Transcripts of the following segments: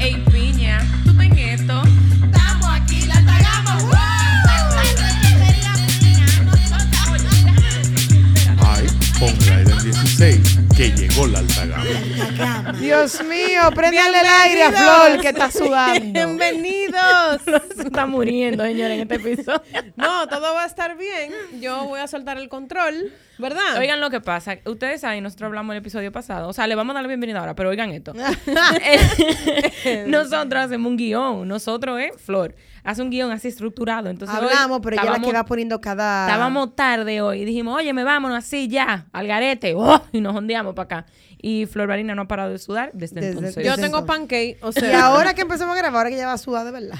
Ey, piña, ¿tú estás en esto? Estamos aquí, la pagamos. Ay, ponga el 16 que llegó la alta gama. Dios mío, préndale el aire a Flor que está sudando. ¡Bienvenidos! Se está muriendo, señores, en este episodio. No, todo va a estar bien. Yo voy a soltar el control, ¿verdad? Oigan lo que pasa. Ustedes saben, nosotros hablamos el episodio pasado. O sea, le vamos a dar la bienvenida ahora, pero oigan esto. Eh, nosotros hacemos un guión. Nosotros, ¿eh? Flor. Hace un guión así estructurado. Entonces, hoy Hablamos, pero ya la estábamos- que va poniendo cada. Estábamos tarde hoy y dijimos, oye, me vámonos así ya, al garete. ¡Oh! Y nos ondeamos para acá. Y Flor Marina no ha parado de sudar desde, Desde- entonces. Yo desde tengo entonces. pancake, o sea. Y ahora que empezamos a grabar, ahora que ya va a sudar de verdad.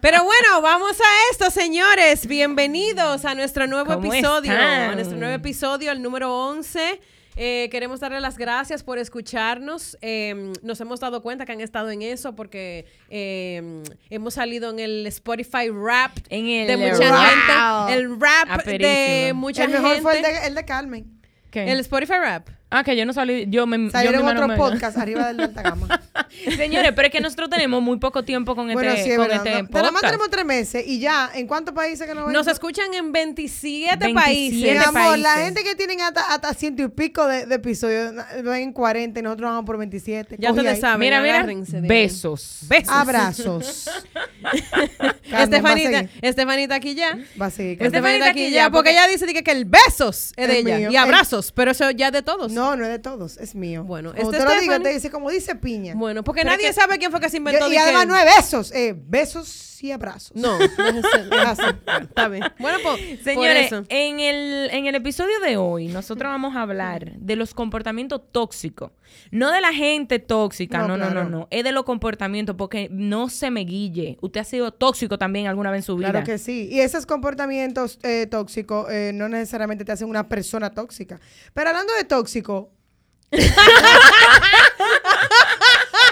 Pero bueno, vamos a esto, señores. Bienvenidos a nuestro nuevo ¿Cómo episodio. están? A nuestro nuevo episodio, el número 11. Eh, queremos darle las gracias por escucharnos. Eh, nos hemos dado cuenta que han estado en eso porque eh, hemos salido en el Spotify Rap En el de mucha Wrapped. gente. El rap de Aperísimo. mucha El mejor gente. fue el de, el de Carmen. ¿Qué? el Spotify Rap. Ah, que yo no salí, yo me... yo Salieron misma no otro me- podcast arriba del de alta gama. Señores, pero es que nosotros tenemos muy poco tiempo con este, bueno, sí, es con verdad. este no, nada más podcast. tenemos tres meses y ya, ¿en cuántos países que nos ven? Nos escuchan en 27, 27 Mi países. siete amor, la países. gente que tienen hasta, hasta ciento y pico de, de episodios na- ven 40 y nosotros vamos por 27. Ya Cogí ustedes ahí. saben. Mira, mira, agárrense de- besos. Besos. Abrazos. Carmen, va a Estefanita, seguir. Estefanita aquí ya. Va a seguir. Carmen. Estefanita aquí ya, porque porque- ella dice dije, que el besos es de Es ella mío. y abrazos, pero eso ya es de todos. No, no es de todos, es mío. Bueno, Como este te lo digo, Stephanie- te dice, como dice piña. Bueno, porque Pero nadie que- sabe quién fue que se Yo- inventó. y dije, además no es besos, eh, besos y abrazos. No, no es ese- Gracias. está bien. Bueno, pues, Señores, por eh, eso. en el, en el episodio de hoy nosotros vamos a hablar de los comportamientos tóxicos. No de la gente tóxica, no, No, no, no, claro. no, Es de los comportamientos porque no se me guille. Usted ha sido tóxico también alguna vez en su vida. Claro que sí. Y esos comportamientos eh, tóxicos eh, no necesariamente te hacen una persona tóxica. Pero hablando de tóxico,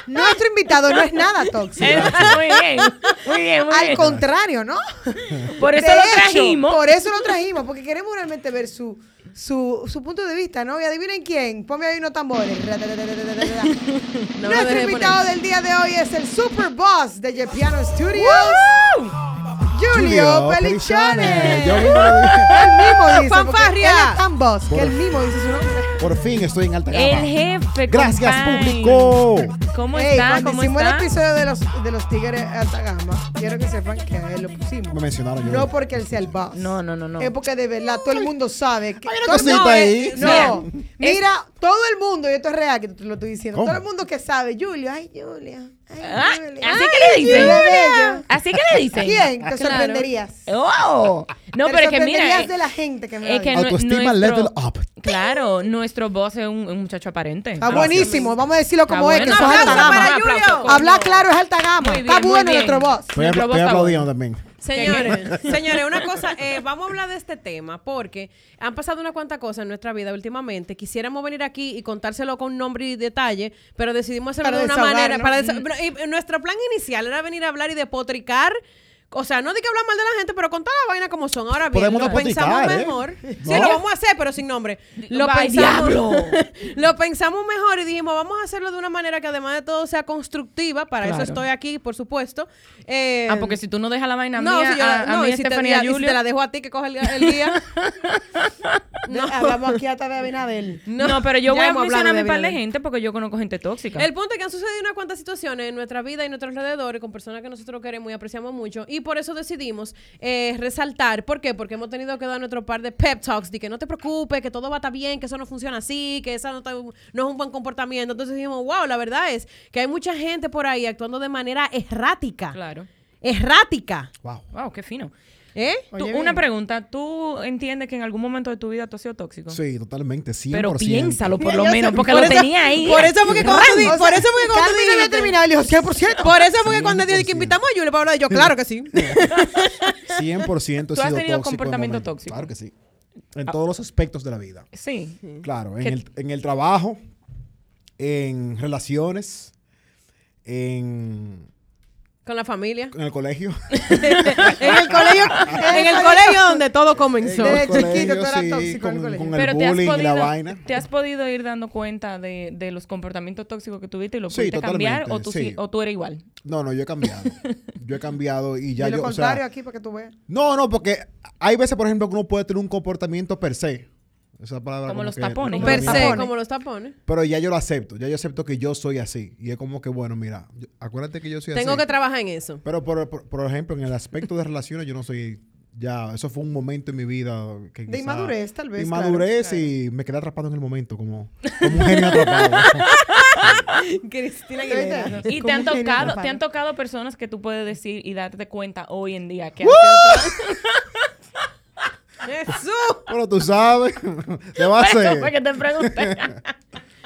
nuestro invitado no es nada tóxico. muy bien, muy bien, muy Al bien. contrario, ¿no? Por eso De lo hecho, trajimos. Por eso lo trajimos, porque queremos realmente ver su, su, su punto de vista, ¿no? Y adivinen quién. Ponme ahí unos tambores. No me Nuestro dejé invitado del día de hoy es el super boss de Jepiano Studios. Julio Pelichone. Yo Él mismo lo dije. mismo dice. porque Fanfarria. Él es tan boss que él mismo dice su nombre. Por fin estoy en alta gama. El jefe. Gracias, compay. público. ¿Cómo Ey, está? cuando ¿Cómo hicimos está? el episodio de los, de los Tigres Alta Gama, quiero que sepan que a él lo pusimos. Me mencionaron yo. No porque él sea el boss. No, no, no, no. Es porque de verdad todo el mundo sabe que. Hay todo una el cosita mundo- ahí. No, Mira, mira, todo el mundo, y esto es real que te lo estoy diciendo, ¿Cómo? todo el mundo que sabe, Julio, ay, Julia, ay, Ah, Julia. así que le dicen. Julia Bello. Así que le dicen. ¿Quién? Te Claro. sorprenderías. ¡Oh! No, Te pero es que mira. sorprenderías eh, de la gente que me es va que a no- Autoestima nuestro- level up. Claro, nuestro boss es un, un muchacho aparente. Ah, Está buenísimo, vamos a dececlo como es, bueno. que eso Un es alta aplauso para gama. Julio. Hablar claro es alta gama. Muy bien, Está muy bueno bien. nuestro boss. Estoy, Nuestro apl- voz estoy favor. aplaudiendo también. Señores, señores, una cosa, eh, vamos a hablar de este tema porque han pasado una cuanta cosa en nuestra vida últimamente. Quisiéramos venir aquí y contárselo con nombre y detalle, pero decidimos hacerlo Para de una desahogar, manera. ¿no? Para desa- pero, y- y nuestro plan inicial era venir a hablar y depotricar. O sea, no de que hablar mal de la gente, pero contar la vaina como son. Ahora bien, Podemos lo depotricar, pensamos ¿eh? mejor. Sí, ¿No? lo vamos a hacer, pero sin nombre. Lo ¡Vaya diablo! lo pensamos mejor y dijimos, vamos a hacerlo de una manera que además de todo sea constructiva. Para Claro. eso estoy aquí, por supuesto. Eh, Ah, porque si tú no dejas la vaina no, mía, si yo a, la, a no, mí, y si, te, Estefanía y si Julio- te la dejo a ti que coge el, el día. Hablamos aquí hasta de Abinadel. No, pero Ya yo voy a hemos hablado mencionar a mi de par de violencia. gente porque yo conozco gente tóxica. El punto es que han sucedido unas cuantas situaciones en nuestra vida y en nuestro alrededor y con personas que nosotros queremos y apreciamos mucho. Y por eso decidimos eh, resaltar. ¿Por qué? Porque hemos tenido que dar nuestro par de pep talks de que no te preocupes, que todo va a estar bien, que eso no funciona así, que esa no, está- no es un buen comportamiento. Entonces dijimos, wow, la verdad es que hay mucha gente por ahí actuando de manera errática. Claro. Errática. Wow. Wow, qué fino. ¿Eh? Tú, Oye, una bien. pregunta, ¿tú entiendes que en algún momento de tu vida tú has sido tóxico? Sí, totalmente, 100%. Pero piénsalo por lo Yo sé, menos, porque por lo eso- tenía ahí. Por eso porque cuando tú di- O sea, por eso porque cuando tú Carmen había dijiste- terminado, le dijo, 100%. Por eso porque cuando dijo que 100%. invitamos a Julio para hablar de yo, claro que sí. 100% he sido ¿Tú has tenido tóxico en comportamiento momentos- tóxico? Claro que sí. En todos los aspectos de la vida. Sí. Claro, en Mm. ¿Qué- el, en el trabajo, en relaciones, en, Con la familia. en el colegio. En el colegio, en el colegio donde todo comenzó. En el chiquito colegio, tú eras sí, tóxico en el con, colegio. con el Pero te has, bullying y la podido, vaina. te has podido ir dando cuenta de, de los comportamientos tóxicos que tuviste y los Sí, pudiste cambiar o totalmente, tú, sí. sí- o tú eres igual. No, no, yo he cambiado. Yo he cambiado y ya y lo yo, o sea, contrario aquí para que tú veas. No, no, porque hay veces, por ejemplo, que uno puede tener un comportamiento per se. Esa palabra Como los que- tapones. como Per que- se, tapones. como los tapones. Pero ya yo lo acepto. Ya yo acepto que yo soy así. Y es como que, bueno, mira, yo- acuérdate que yo soy Tengo así. que trabajar en eso. Pero, por, por- por ejemplo, en el aspecto de relaciones, yo no soy. Ya, eso fue un momento en mi vida. Que De inmadurez, tal vez, claro, Inmadurez y me quedé atrapado en el momento, como, como un genio atrapado. Cristina Y te Como un han genio tocado, te atrapado. han tocado personas que tú puedes decir y darte cuenta hoy en día que han sido tóxicas. Pero tú sabes, te va a Por eso fue que hacer. te pregunté.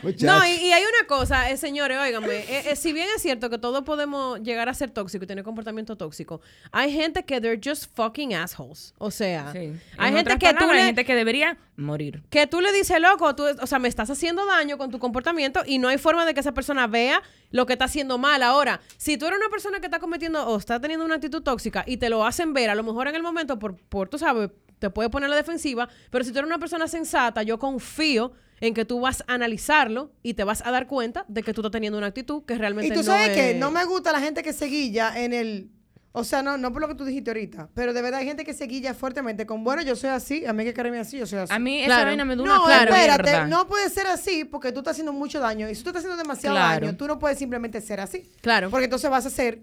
Muchacho. No, y, y hay una cosa, eh, señores, óigame, eh, eh, si bien es cierto que todos podemos llegar a ser tóxicos y tener comportamiento tóxico, hay gente que they're just fucking assholes. O sea, Sí. En hay gente otras que tú palabras, le, hay gente que debería morir. que tú le dices, loco, tú, o sea, me estás haciendo daño con tu comportamiento y no hay forma de que esa persona vea lo que está haciendo mal. Ahora, si tú eres una persona que está cometiendo o está teniendo una actitud tóxica y te lo hacen ver, a lo mejor en el momento, por, por tú sabes, te puede poner la defensiva, pero si tú eres una persona sensata, yo confío en que tú vas a analizarlo y te vas a dar cuenta de que tú estás teniendo una actitud que realmente Y no tú sabes que es- no me gusta la gente que se guilla en el. O sea, no, no por lo que tú dijiste ahorita, pero de verdad hay gente que se guilla fuertemente con, bueno, yo soy así, a mí hay que quererme así, yo soy así. A mí esa Claro. vaina me da una no, clara espérate, mierda. no puede ser así porque tú estás haciendo mucho daño. Y si tú estás haciendo demasiado Claro. daño, tú no puedes simplemente ser así. Claro. Porque entonces vas a ser.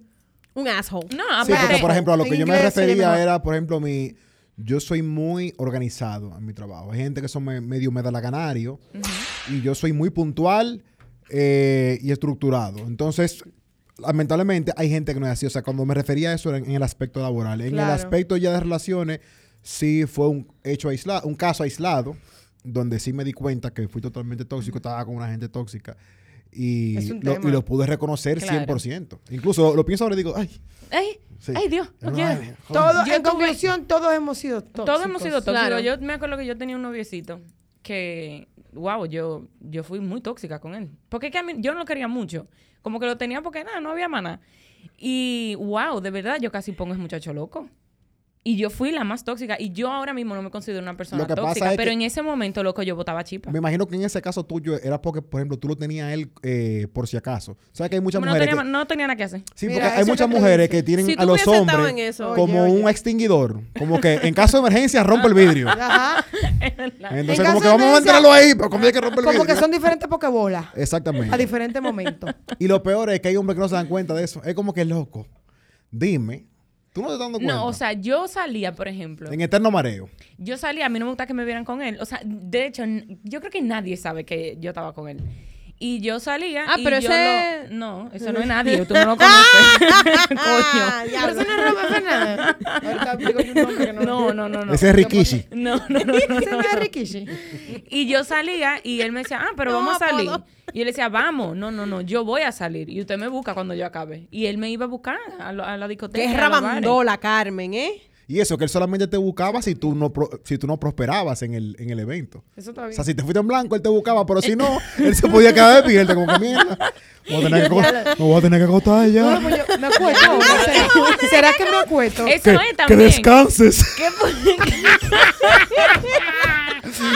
Un asshole. No, Sí, aparte, porque por ejemplo, a lo que En yo me Ah, inglés sería refería mejor. era, por ejemplo, mi yo soy muy organizado en mi trabajo. Hay gente que son me- medio medalaganario y yo soy muy puntual eh, y estructurado. Entonces, lamentablemente hay gente que no es así. O sea, cuando me refería a eso era en, en el aspecto laboral. En Claro. el aspecto ya de relaciones, sí fue un hecho aislado, un caso aislado, donde sí me di cuenta que fui totalmente tóxico, estaba con una gente tóxica. Y, Es un lo, tema. y lo pude reconocer Claro. 100%. Incluso lo, pienso ahora y digo, ay, ay, Sí. ay, Dios, no Ay, quiero. joder. Todo, Yo en tuve- conclusión, todos hemos sido tóxicos. Todos hemos sido tóxicos. Claro. Yo me acuerdo que yo tenía un noviecito que, wow, yo, yo fui muy tóxica con él. Porque es que a mí, yo no lo quería mucho. Como que lo tenía porque nada, no había maná. Y, wow, de verdad, yo casi pongo ese muchacho loco. Y yo fui la más tóxica. Y yo ahora mismo no me considero una persona Lo que pasa tóxica. es Pero que- en ese momento, loco, yo botaba chipa. Me imagino que en ese caso tuyo era porque, por ejemplo, tú lo tenías a él eh, por si acaso. ¿Sabes que hay muchas Como no, mujeres? tenía, que- no tenía nada que hacer. sí, Mira, porque hay eso muchas que te mujeres dicen. que tienen Si a tú los hubieses estado hombres en eso. como Oye, oye. un extinguidor. Como que en caso de emergencia rompe el vidrio. Ajá. Entonces, En como caso de que vamos a emergencia- entrarlo ahí, pero como hay que romper el Como vidrio. que son diferentes pokebolas a Exactamente. diferentes momentos. Y lo peor es que hay hombres que no se dan cuenta de eso. Es como que loco. Dime, tú no te estás dando cuenta. No, o sea, yo salía, por ejemplo. En eterno mareo. Yo salí, a mí no me gusta que me vieran con él. O sea, de hecho, n- yo creo que nadie sabe que yo estaba con él. Y yo salía. Ah, y pero yo ese- lo- No, eso no es nadie. Tú no lo conoces. Coño. Pero eso no es ropa, Fernanda. Ahorita digo yo un nombre que no. No, no, no, no. Ese es Rikishi. No, no, no, no, Ese no, no es no. Rikishi. Y yo salía y él me decía, ah, pero No, vamos a salir. apodo. Y yo le decía, vamos, no, no, no, yo voy a salir. Y usted me busca cuando yo acabe. Y él me iba a buscar a, lo- a la discoteca. Que es a los bares. rabandola, Carmen, ¿eh? Y eso, que él solamente te buscaba si tú no, pro- si tú no prosperabas en el, en el evento. Eso está O bien. sea, si te fuiste en blanco, él te buscaba, pero si no, él se podía quedar despierto como que mierda. Voy a tener que, aco- me voy a tener que acostar Bueno, ya. pues yo me acuesto. Ah, ahora, ¿será- ¿Será que me acuesto? Eso Que, es que también. descanses.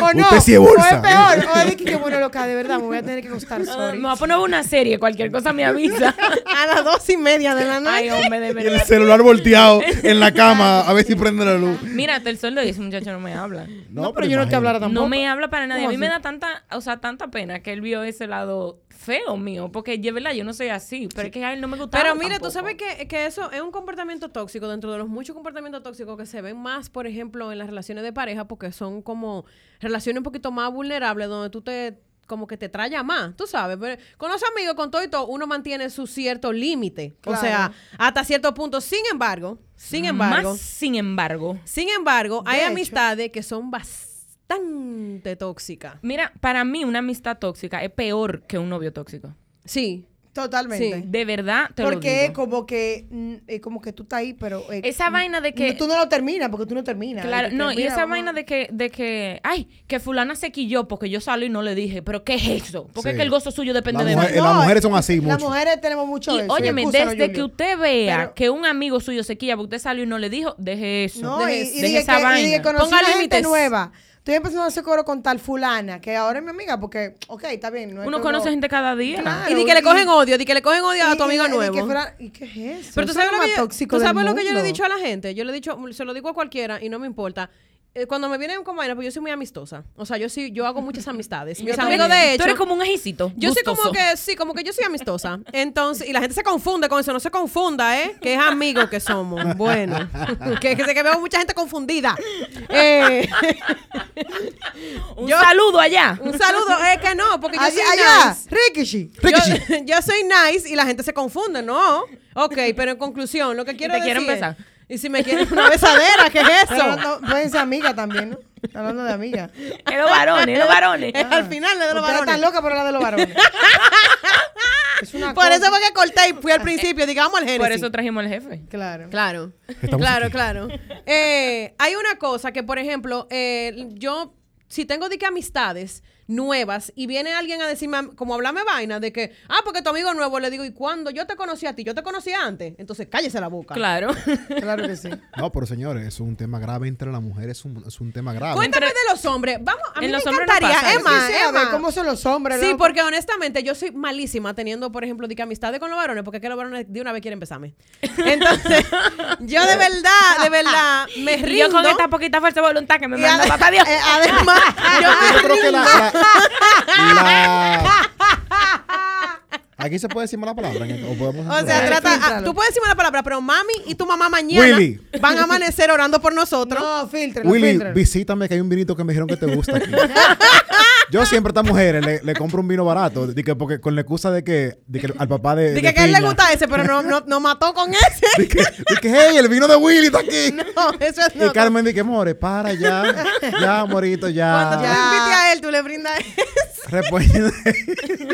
¿O no? Usted sí es bolsa. O es peor. O es de que, que bueno, loca, de verdad, me voy a tener que gustar, Ah, sorry. me va a poner una serie, cualquier cosa me avisa. A las dos y media de la Ay, noche. hombre, de Y verdad. el celular volteado en la cama, a ver si prende la luz. Mira, hasta el sol de hoy ese muchacho no me habla. No, pero yo no te hablara tampoco. No me habla para nadie. A mí ¿Cómo me así? da tanta, o sea, tanta pena que él vio ese lado feo mío, porque yo, verdad, yo no soy así, pero es que a él no me gustaba Pero mira, tampoco. tú sabes que, que eso es un comportamiento tóxico dentro de los muchos comportamientos tóxicos que se ven más, por ejemplo, en las relaciones de pareja, porque son como relaciones un poquito más vulnerables, donde tú te como que te trae a más, tú sabes. Pero con los amigos, con todo y todo, uno mantiene su cierto límite. O Claro. sea, hasta cierto punto. Sin embargo, sin embargo, Más sin embargo. sin embargo, hay hecho. amistades que son bastante tóxicas. Mira, para mí una amistad tóxica es peor que un novio tóxico. Sí. Totalmente. Sí. De verdad, te Porque es lo digo. como que, mm, es como que tú estás ahí, pero... eh, Esa vaina de que... no, tú no lo terminas, porque tú no terminas. Claro, no, y esa vaina de que, de que, ay, que fulana se quilló porque yo salí y no le dije, pero ¿qué es eso? Porque Sí. es que el gozo suyo depende La de mujer- mí. eh, las mujeres son así Las mucho. mujeres tenemos mucho Y de eso. óyeme, Excúsanos, desde Julio. que usted vea Pero- que un amigo suyo se quilla porque usted salió y no le dijo, deje eso, No, y, deje, y deje dije esa que, y vaina. dije, conocí Ponga una gente límites. nueva. Estoy empezando a hacer coro con tal fulana, que ahora es mi amiga, porque, ok, está bien. No es Uno que conoce gente cada día. Claro. Y di que le cogen odio, di que le cogen odio a tu amigo y- y nuevo. que fuera- ¿Y qué es eso? Pero tú Eso es sabes, lo que, más yo, tóxico tú del sabes lo que yo le he mundo. dicho a la gente. Yo le he dicho, se lo digo a cualquiera y no me importa. Eh, Cuando me vienen con vaina, pues yo soy muy amistosa. O sea, yo sí, yo hago muchas amistades. Mis Tú amigos, eres- de hecho. Tú eres como un ajicito. yo soy como gustoso. que, sí, como que yo soy amistosa. Entonces, y la gente se confunde con eso, no se confunda, ¿eh? Que es amigos que somos. Bueno, que, que, que veo mucha gente confundida. Eh, Un saludo allá. un saludo, es que no, porque yo Allá, soy allá, nice. Rikishi. Yo, yo soy nice y la gente se confunde, ¿no. Ok, pero en conclusión, lo que quiero te decir quieren es- besar? Y si me quieren una besadera, ¿qué es Pero eso? hablando- pueden ser amigas también, ¿no? Hablando de amigas. Es los varones, es los varones. Es Ah, al final la de los Ustedes varones. están locas por la de los varones. es una Por cosa- eso fue que corté y fui al principio, digamos al génesis. Por eso trajimos al jefe. Claro. Claro, Estamos claro, aquí. claro. Eh, hay una cosa que, por ejemplo, eh, yo, si tengo de que amistades nuevas y viene alguien a decirme, a- como hablame vaina, de que, ah, porque tu amigo es nuevo, le digo, ¿y cuándo yo te conocí a ti? Yo te conocí antes. Entonces cállese la boca. Claro. Claro que sí. No, pero señores, eso es un tema grave entre las mujeres, es un, es un tema grave. Cuéntame de los hombres. Vamos, a mí En me los hombres no encantaría, pasa eso. Emma, Sí, sí, a ver, Emma. ¿Cómo son los hombres? Sí, loco? porque honestamente yo soy malísima teniendo, por ejemplo, de que amistades con los varones, porque es que los varones de una vez quieren besarme. Entonces, yo de verdad, de verdad, me rindo. Y yo con esta poquita fuerza de voluntad que me Y manda ade- papá Dios. eh, además, yo me Yo creo que la, la- la- Aquí se puede decir mala palabra. en el- o podemos O sea, censurar. trata, ah, Filtralo. tú puedes decirme la palabra, pero mami y tu mamá mañana Willy. van a amanecer orando por nosotros. No, filtren. Willy, filtren. visítame que hay un vinito que me dijeron que te gusta aquí. Yo siempre a estas mujeres le, le compro un vino barato, de que- porque, con la excusa de que, de que al papá de. Dije de que a él le Piña. gusta ese, pero no, no, no mató con ese. De que, de que, hey, el vino de Willy está aquí. No, eso es Y no. Carmen dice, more, para ya. Ya, morito, Cuando tú le ya. invites a él, tú le brindas Respondiendo.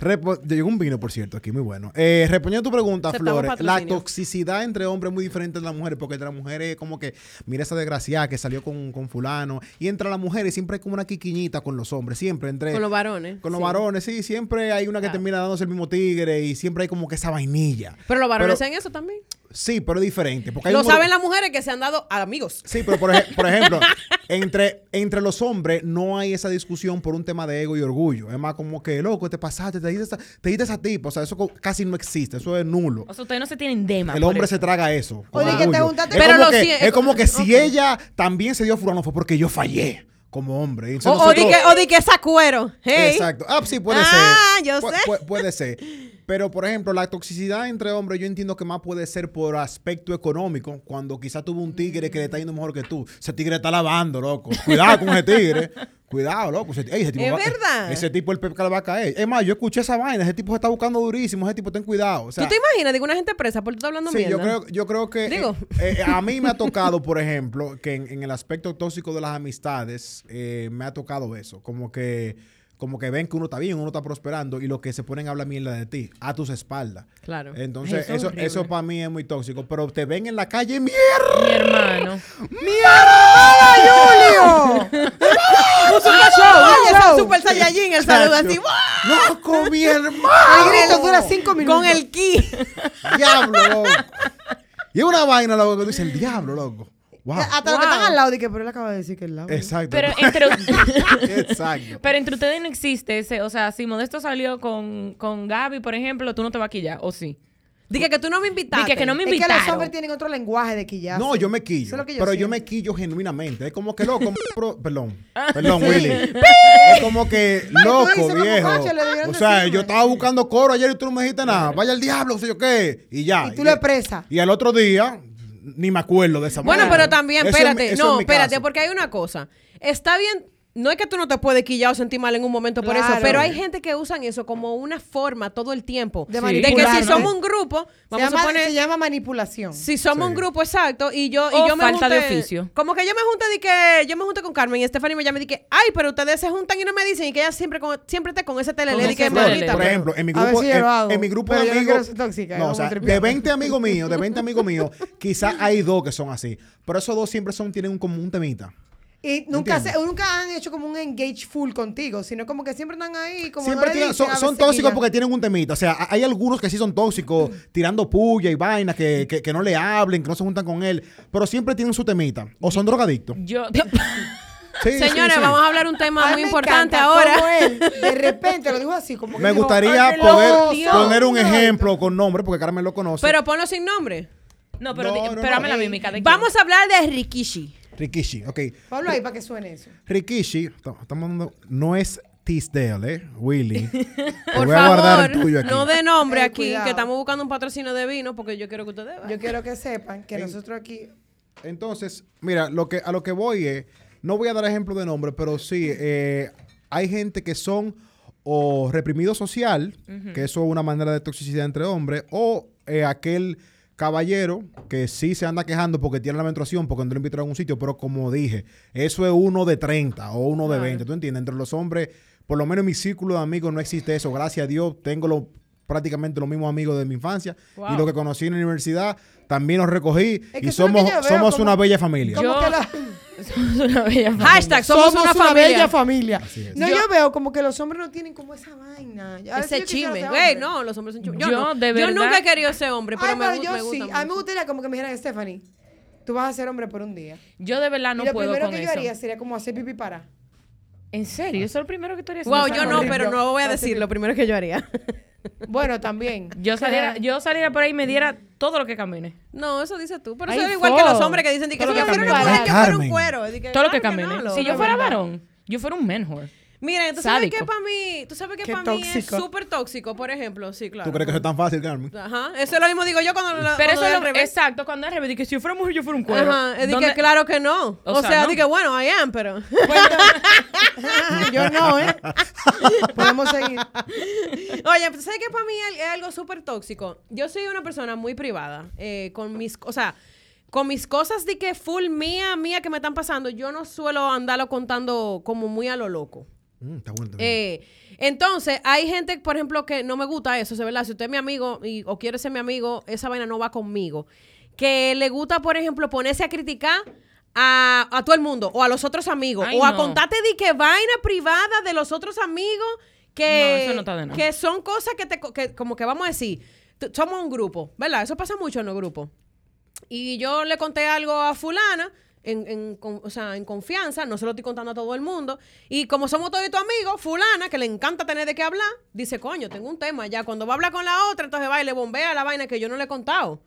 Repo- Llegó un vino, por cierto, aquí muy bueno. Eh, respondiendo a tu pregunta, Aceptamos Flores, la patrocinio. toxicidad entre hombres es muy diferente de las mujeres, porque entre las mujeres es como que, mira esa desgraciada que salió con, con fulano. Y entre las mujeres siempre hay como una quiquiñita con los hombres, siempre entre... Con los varones. Con los sí. varones, sí, siempre hay una que termina dándose el mismo tigre y siempre hay como que esa vainilla. Pero los varones Pero- hacen eso también. Sí, pero es diferente. Porque hay Lo un muro- saben las mujeres que se han dado a amigos. Sí, pero por, ej- por ejemplo, entre, entre los hombres no hay esa discusión por un tema de ego y orgullo. Es más como que, loco, te pasaste, te diste esa, te diste esa tipa. O sea, eso co- casi no existe, eso es nulo. O sea, ustedes no se tienen dema. El por hombre eso. se traga eso. con Oye, que te orgullo. juntaste- es, Pero como lo que, sí- es como que si ok. ella también se dio fulano fue porque yo fallé como hombre. Entonces O, o di nosotros- que, o di que es a cuero. Hey. Exacto. Ah, sí, puede ser. Ah, yo Pu- sé. pu- puede ser. Pero, por ejemplo, la toxicidad entre hombres, yo entiendo que más puede ser por aspecto económico, cuando quizás tuvo un tigre que le está yendo mejor que tú. Ese tigre está lavando, loco. Cuidado con ese tigre. Cuidado, loco. Ese, ey, ese tipo Es va- verdad. Ese tipo el pepe que le va a caer. Es más, yo escuché esa vaina. Ese tipo se está buscando durísimo. Ese tipo, ten cuidado. O sea, ¿Tú te imaginas? Digo, una gente presa por tú estás hablando Sí, mierda. yo creo, yo creo que Digo. eh, eh, a mí me ha tocado, por ejemplo, que en, en el aspecto tóxico de las amistades, eh, me ha tocado eso, como que como que ven que uno está bien, uno está prosperando y lo que se ponen a hablar mierda de ti, a tus espaldas. Claro. Entonces, Eso es eso, eso, horrible. para mí es muy tóxico, pero te ven en la calle, mierda. Mi hermano. Oye, es Wow. un super saiyajin el saludo así. Chacho. ¡guau! ¡Loco, mi hermano! El grito dura cinco minutos. Con el ki. ¡Diablo! loco. Y es una vaina, loco, que tú dices, el diablo, loco. Wow. ah, Hasta los que Wow. están al lado, dije, pero él acaba de decir que el lado. Exacto. Pero entre, Exacto. pero entre ustedes no existe ese. O sea, si Modesto salió con, con Gaby, por ejemplo, tú no te vas a quillar, ¿o sí? Dije que tú no me invitaste. Dije que no me Es que los invitaron. hombres tienen otro lenguaje de quillar. No, yo me Eso quillo. es lo que yo pero yo siento. Ah. me quillo genuinamente. Es como que loco. pro- perdón. Perdón, Willy. es como que dices, loco, los viejo. muchachos le debieron O sea, decirme. yo estaba buscando coro ayer y tú no me dijiste nada. Vaya al diablo, sé yo qué. Y ya. Y tú lo expresas. Y al otro día, ni me acuerdo de esa Bueno, manera. pero también, Eso es mi- espérate. eso es no, mi espérate, caso. porque hay una cosa. Está bien No es que tú no te puedes quillar o sentir mal en un momento por eso, Claro. pero hay gente que usan eso como una forma todo el tiempo. De De, que manipular, si ¿no? somos un grupo, vamos se, llama, a poner... se llama manipulación. Si somos Sí. un grupo exacto y yo, O y yo me falta de junté- oficio. Como que yo me junté de que yo me junté con Carmen y Stephanie me llama y dije, ay, pero ustedes se juntan y no me dicen y que ella siempre con, siempre está con ese telele. Con Dije, ese Bueno, telele. maldita. por pero- ejemplo, en mi A ver grupo, si yo en, lo hago. en mi grupo Pero de yo no amigos, quiero ser tóxica, no, o vamos sea, a de tripear. 20 amigos míos, de 20 amigos míos, quizás hay dos que son así, pero esos dos siempre son tienen un común un temita. Y nunca, se- Entiendo. nunca han hecho como un engage full contigo, sino como que siempre andan ahí. Como Siempre no le tienen- dicen, son, a son veces Mm. tóxicos quillan. porque tienen un temita. O sea, ha- hay algunos que sí son tóxicos, tirando puya y vainas, que, que, que no le hablen, que no se juntan con él, pero siempre tienen su temita. O Mm. son drogadictos. Yo. Sí, sí, Señores, sí. vamos a hablar un A tema mí muy me importante encanta cómo ahora. él, de repente lo dijo así, como que Me dijo, gustaría "Ay, qué poder loco, Dios poner un mío". ejemplo con nombre, porque Carmen lo conoce. Pero ponlo sin nombre. No, pero No, di- no, no. pero dame la Ey, mímica de Vamos a hablar de Rikishi. Rikishi, ok. Pablo ahí para que suene eso. Rikishi, to- estamos dando- no es Tisdale, ¿eh? Willy. Te Por voy a guardar el tuyo favor, aquí. no de nombre Eh, aquí, cuidado. que estamos buscando un patrocinio de vino porque yo quiero que ustedes Yo vean. quiero que sepan que nosotros aquí Entonces, mira, lo que, a lo que voy es, no voy a dar ejemplo de nombre, pero sí, eh, hay gente que son o reprimidos social, que eso es una manera de toxicidad entre hombres, o eh, aquel caballero que sí se anda quejando porque tiene la menstruación, porque no lo invitaron a un sitio, pero como dije, eso es uno de 30 o uno de 20, ¿tú entiendes? Entre los hombres, por lo menos en mi círculo de amigos no existe eso, gracias a Dios, tengo lo- prácticamente los mismos amigos de mi infancia y Wow. los que conocí en la universidad también los recogí Es que y eso es lo somos, que yo veo, somos como- una bella familia. como Yo- que la- Somos una bella familia. Hashtag, somos, una, bella familia. familia. es. No, yo, Yo- veo como que los hombres no tienen como esa vaina. A veces Ese yo quisiera chisme. ser Güey, hombre. no, los hombres son chismes. Yo, Yo, no. de verdad- Yo nunca he querido ser hombre, pero, Ay, me, pero gu- yo me gusta sí. A mí me mucho. gustaría como que me dijeran, Stephanie, tú vas a ser hombre por un día. Yo de Ah, verdad no y lo puedo primero con que eso. yo haría sería como hacer pipí para. En serio, eso es lo primero que tú harías. Wow, No, yo no, no, no. pero no voy a Así decir que- lo primero que yo haría. Bueno, también. Yo saliera, yo saliera por ahí y me diera todo lo que camine. No, eso dices tú. Pero Ay, eso es igual que los fo. hombres que dicen di que Todo yo lo que quiero una camine. mujer que fuera un Carmen. cuero. Y di que, Todo lo que claro no, camine. loco. si yo fuera de verdad. varón, yo fuera un menjor. Mira, tú sabes que Sádico. para mí, tú sabes que Qué para mí es tóxico. súper tóxico, por ejemplo. Sí, claro. ¿Tú crees que eso es tan fácil, Carmen? Ajá. Eso es lo mismo digo yo cuando lo Pero Ah, cuando eso es al lo revés. Exacto, cuando es al revés, dije, si yo fuera mujer, yo fuera un cuero. Ajá. Y di que ¿Dónde- claro que no. O O, sea, sea, no. di que bueno, I am, pero. yo no, ¿eh? Podemos seguir. Oye, pues, ¿sabes que para mí es- es algo súper tóxico? Yo soy una persona muy privada. eh, con mis, o sea, con mis cosas de que full mía, mía que me están pasando, yo no suelo andarlo contando como muy a lo loco. Mm, está bueno. está bien. Eh, entonces, hay gente, por ejemplo, que no me gusta eso, ¿sí, ¿verdad? Si usted es mi amigo y, o quiere ser mi amigo, esa vaina no va conmigo. Que le gusta, por ejemplo, ponerse a criticar a, a todo el mundo o a los otros amigos Ay, o a no. contarte de que vaina privada de los otros amigos No, que, eso no está de nada. que son cosas que, te, co- que como que vamos a decir, t- somos un grupo, ¿verdad? Eso pasa mucho en los grupos y yo le conté algo a fulana, en, en con- o sea, en confianza, no se lo estoy contando a todo el mundo, y como somos todos tus amigos, fulana, que le encanta tener de qué hablar, dice, coño, tengo un tema ya, cuando va a hablar con la otra, entonces va y le bombea la vaina que yo no le he contado.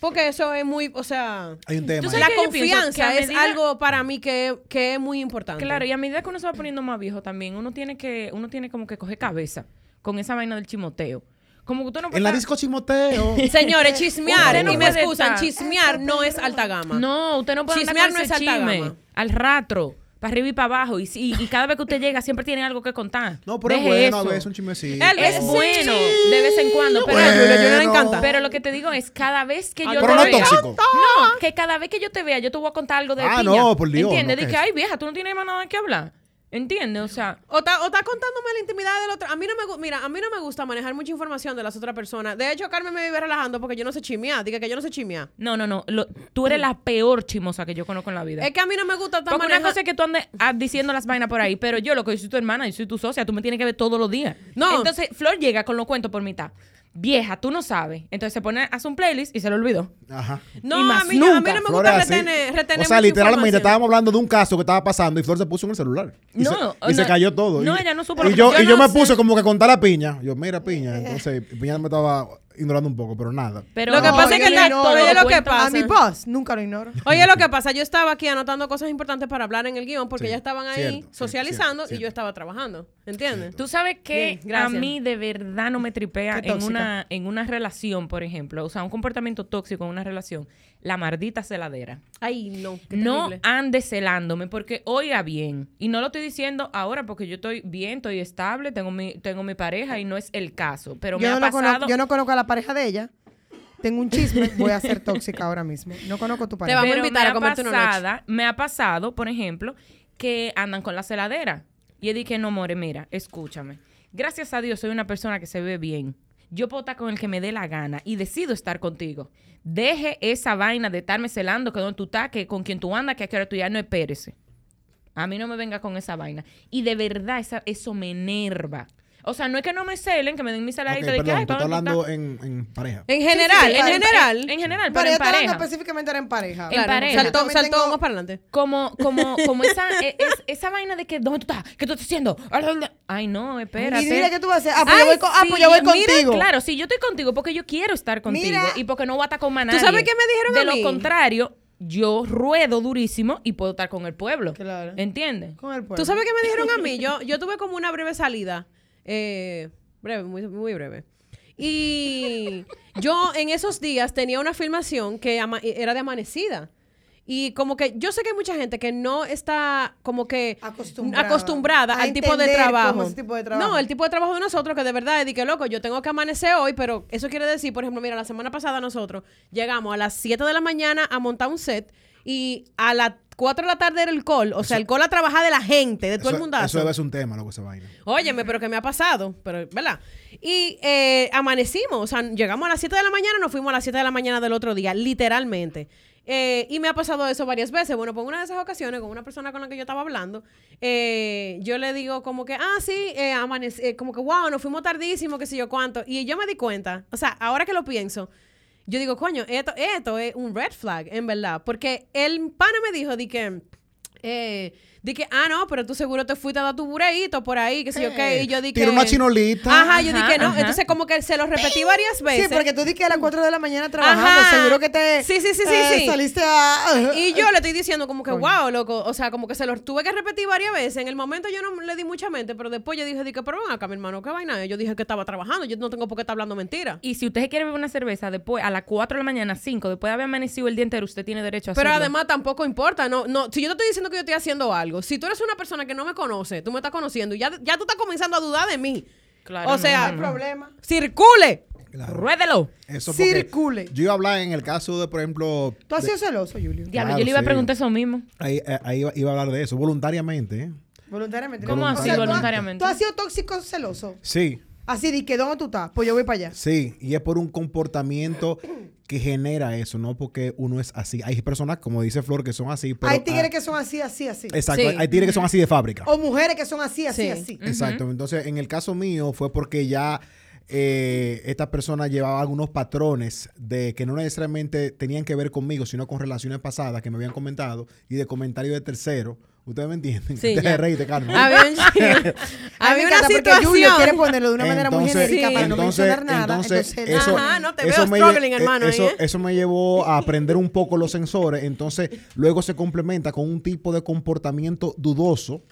Porque eso es muy, o sea, Hay un tema. ¿Tú sabes ahí. la que yo pienso? Que a confianza es medida- algo para mí que, que es muy importante. Claro, y a medida que uno se va poniendo más viejo también, uno tiene que, uno tiene como que coger cabeza con esa vaina del chimoteo. Como que tú no puede En la estar- disco chismoteo. Señores, Usted chismear, no y me puede excusan, estar- chismear no es alta gama. No, usted no puede andar Chismear con no ese es alta chisme. gama. Al rato, para arriba y para abajo. Y, si- y cada vez que usted llega, siempre tiene algo que contar. no, pero es Deje bueno a eso. veces un chismecito. El- Es Sí. bueno de vez en cuando, pero, Bueno. Julia, Julia le encanta. pero lo que te digo es cada vez que yo Pero te no vea, Ah, tóxico. No, que cada vez que yo te vea, yo te voy a contar algo de Ah, piña. no, por Dios, ¿Entiendes? no, de ¿qué que, es? ay, vieja, tú no tienes más nada que hablar. ¿Entiendes? O sea, O está, o está contándome la intimidad del otro. A mí no me gu- mira, a mí no me gusta manejar mucha información de las otras personas. De hecho, Carmen me vive relajando porque yo no sé chimear. Diga que yo no sé chimear. no, no, no. lo- tú eres la peor chimosa que yo conozco en la vida. Es que a mí no me gusta estar Porque una manejando. cosa es que tú andes ah, diciendo las vainas por ahí, pero yo lo que yo soy tu hermana, yo soy tu socia, tú me tienes que ver todos los días. No. Entonces, Flor llega con los cuentos por mitad. Vieja, tú no sabes. Entonces se pone, hace un playlist y se lo olvidó. Ajá. No, y más a mí, no- a mí nunca, no me Flor es gusta así. retener, retener o sea, mucha literalmente información. estábamos hablando de un caso que estaba pasando y Flor se puso en el celular. Y No, se, o y se no. cayó todo. No, y, ella no supo lo Y que- yo, yo y yo no me sé. puse como que a contar a Piña. Yo, mira, Piña. Entonces, Piña me estaba ignorando un poco, pero nada. Pero Lo que No, pasa es yo que lo la- ignoro. oye lo que A pasa. mi boss nunca lo ignoro. Oye, lo que pasa, yo estaba aquí anotando cosas importantes para hablar en el guión porque Sí, ya estaban ahí cierto, sí, socializando cierto, y yo cierto. estaba trabajando. ¿Entiendes? Tú sabes que Bien, gracias. a mí de verdad no me tripea Qué en tóxica. una, en una relación, por ejemplo. O sea, un comportamiento tóxico en una relación. La maldita celadera. Ay, no. qué No ah, terrible. ande celándome porque oiga bien. Y no lo estoy diciendo ahora porque yo estoy bien, estoy estable, tengo mi, tengo mi pareja y no es el caso. Pero me Yo ha no, lo pasado. conozco, yo no conozco a la pareja de ella. Tengo un chisme, voy a ser tóxica ahora mismo. No conozco a tu pareja. vamos a Pero invitar me a ha comerte una pasada- Me ha pasado, por ejemplo, que andan con la celadera. Y he dicho que no, more, mira, escúchame. Gracias a Dios soy una persona que se ve bien. Yo puedo estar con el que me dé la gana y decido estar contigo. Deje esa vaina de estarme celando que donde tú estás, que con quien tú andas, que a qué hora tú ya no espérese. A mí no me venga con esa vaina. Y de verdad, esa- eso me enerva. O sea, no es que no me celen, que me den mi Ok, celadita de que, perdón, tú ay, estás ¿dónde tú hablando estás? en, en pareja. En general, sí, en en- general. En general, Pero pero yo en estaba hablando pareja. específicamente era en pareja. En pareja. Saltó, Yo también saltó tengo- más para adelante. Como, como, como esa, e- es- esa vaina de que, ¿dónde tú estás? ¿Qué tú estás haciendo? Ay, no, espérate. Y mira que tú vas a hacer. Ah, pues yo Ay, voy, con- ah, pues yo voy mira, contigo. claro, sí, yo estoy contigo porque yo quiero estar contigo Mira. y porque no voy a estar con más ¿Tú nadie. sabes qué me dijeron De a mí? lo contrario, yo ruedo durísimo y puedo estar con el pueblo. Claro. ¿Entiendes? Con el pueblo. ¿Tú sabes qué me dijeron a mí? Yo, yo tuve como una breve salida. eh, breve, muy, muy breve. Y yo en esos días tenía una filmación que ama- era de amanecida. Y como que yo sé que hay mucha gente que no está como que Acostumbrada. acostumbrada A al tipo de, entender cómo trabajo. es ese tipo de trabajo. No, el tipo de trabajo de nosotros que de verdad es de que loco, yo tengo que amanecer hoy, pero eso quiere decir, por ejemplo, mira, la semana pasada nosotros llegamos a las 7 de la mañana a montar un set y a las 4 de la tarde era el call, o sea, el call a trabajar de la gente, de todo el Eso- mundazo. Eso debe ser un tema, loco, esa vaina. Óyeme, pero que me ha pasado, pero ¿verdad? Y eh, amanecimos, o sea, llegamos a las 7 de la mañana, nos fuimos a las 7 de la mañana del otro día, literalmente. Eh, y me ha pasado eso varias veces. Bueno, por una de esas ocasiones, con una persona con la que yo estaba hablando, eh, yo le digo como que, ah, sí, eh, amanec- eh, como que, wow, nos fuimos tardísimo, qué sé yo cuánto. Y yo me di cuenta, o sea, ahora que lo pienso, yo digo, coño, esto, esto es un red flag, en verdad. Porque el pana me dijo, di que... Eh, di que, ah, no, pero tú seguro te fuiste a dar tu bureíto por ahí, que sé yo qué. Y yo dije. Tira una chinolita. Ajá, yo Ajá, dije, no. ajá. Entonces, como que se lo repetí varias Sí, veces. porque tú dijiste a las 4 de la mañana trabajando. Ajá. Seguro que te. Sí, sí, sí, sí, eh, sí. Saliste a. Y yo le estoy diciendo como que, wow, loco, o sea, como que se lo tuve que repetir varias veces. En el momento yo no le di mucha mente, pero después yo dije, dije, pero ven acá, mi hermano, qué vaina. es? Yo dije que estaba trabajando, yo no tengo por qué estar hablando mentira. Y si usted se quiere beber una cerveza después, a las 4 de la mañana, 5, después de haber amanecido el día entero, usted tiene derecho a Pero hacerlo. además tampoco importa, no, no, si yo te estoy diciendo que yo estoy haciendo algo, si tú eres una persona que no me conoce, tú me estás conociendo y ya, ya tú estás comenzando a dudar de mí. Claro, o no, sea, no, no. Problema. circule. Claro. Ruédelo. Eso porque Circule. Yo iba a hablar en el caso de, por ejemplo. Tú has de- sido celoso, Julio. Diablo, Claro, yo le iba a sí. preguntar eso mismo. ahí, eh, ahí iba, iba a hablar de eso, voluntariamente. ¿eh? Voluntariamente. ¿Cómo O así sea, tú has- voluntariamente? Tú has sido tóxico celoso. Sí, Así de que, ¿dónde tú estás? Pues yo voy para allá. sí. Y es por un comportamiento que genera eso, no porque uno es así. Hay personas, como dice Flor, que son así. Pero, hay tigres ah, que son así, así, así. Exacto, Sí. hay- hay tigres que son así de fábrica. O mujeres que son así, así, Sí. Mm. así. Exacto. Entonces, en el caso mío fue porque ya eh, esta persona llevaba algunos patrones de que no necesariamente tenían que ver conmigo, sino con relaciones pasadas que me habían comentado y de comentarios de tercero. ¿Ustedes me entienden? Sí, Deja ya. de reírte, Carmen. Había, un- A mí había me una encanta porque Julio quiere situación. ponerlo de una manera muy Entonces- genérica Sí. para no entonces- mencionar nada. entonces, Entonces, eso, Ajá, no te eso veo me struggling, lle- hermano, eh, ahí, Eso, ¿eh? eso me llevó a aprender un poco los sensores. Entonces, luego se complementa con un tipo de comportamiento dudoso.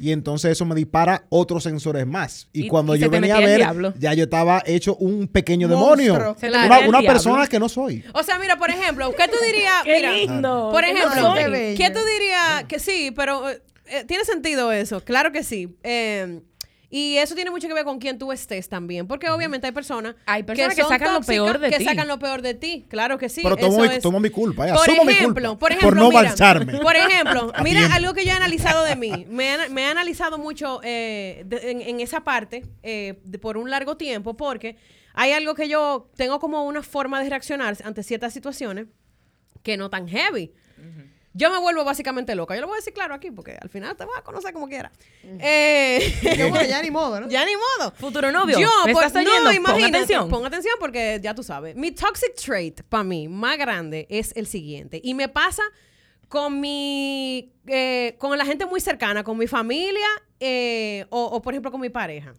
Y entonces eso me dispara otros sensores más. Y, Y- cuando y se yo te venía a metía el ver, diablo. ya yo estaba hecho un pequeño Monstruo. demonio. Se te Claro. Una, metía el una diablo. persona que no soy. O sea, mira, por ejemplo, ¿qué tú dirías? Mira, lindo! por Qué ejemplo, soy. emoción. ¿qué tú dirías? Que sí, pero eh, eh, tiene sentido eso, claro que sí. Eh, y eso tiene mucho que ver con quién tú estés también, porque obviamente hay personas, Hay personas que son sacan lo tóxicas, peor de que ti. sacan lo peor de ti, claro que sí. Pero tomo eso mi- es. tomo mi culpa, eh, Por asumo mi ejemplo, por culpa por ejemplo, no mira, marcharme. Por ejemplo, A mira tiempo. algo que yo he analizado de mí. Me, he ana- me he analizado mucho eh, de- en, en esa parte eh, de- por un largo tiempo porque hay algo que yo tengo como una forma de reaccionar ante ciertas situaciones que no tan heavy. Yo me vuelvo básicamente loca. Yo lo voy a decir claro aquí porque al final te vas a conocer como quiera. Eh, yo, bueno, ya ni modo, ¿no? ya ni modo. Futuro novio, Yo, ¿me por- estás oyendo? No, Pon imagínate. Pon atención. atención. porque ya tú sabes. Mi toxic trait para mí más grande es el siguiente. Y me pasa con mi. eh, con la gente muy cercana, con mi familia eh, o, o, por ejemplo, con mi pareja.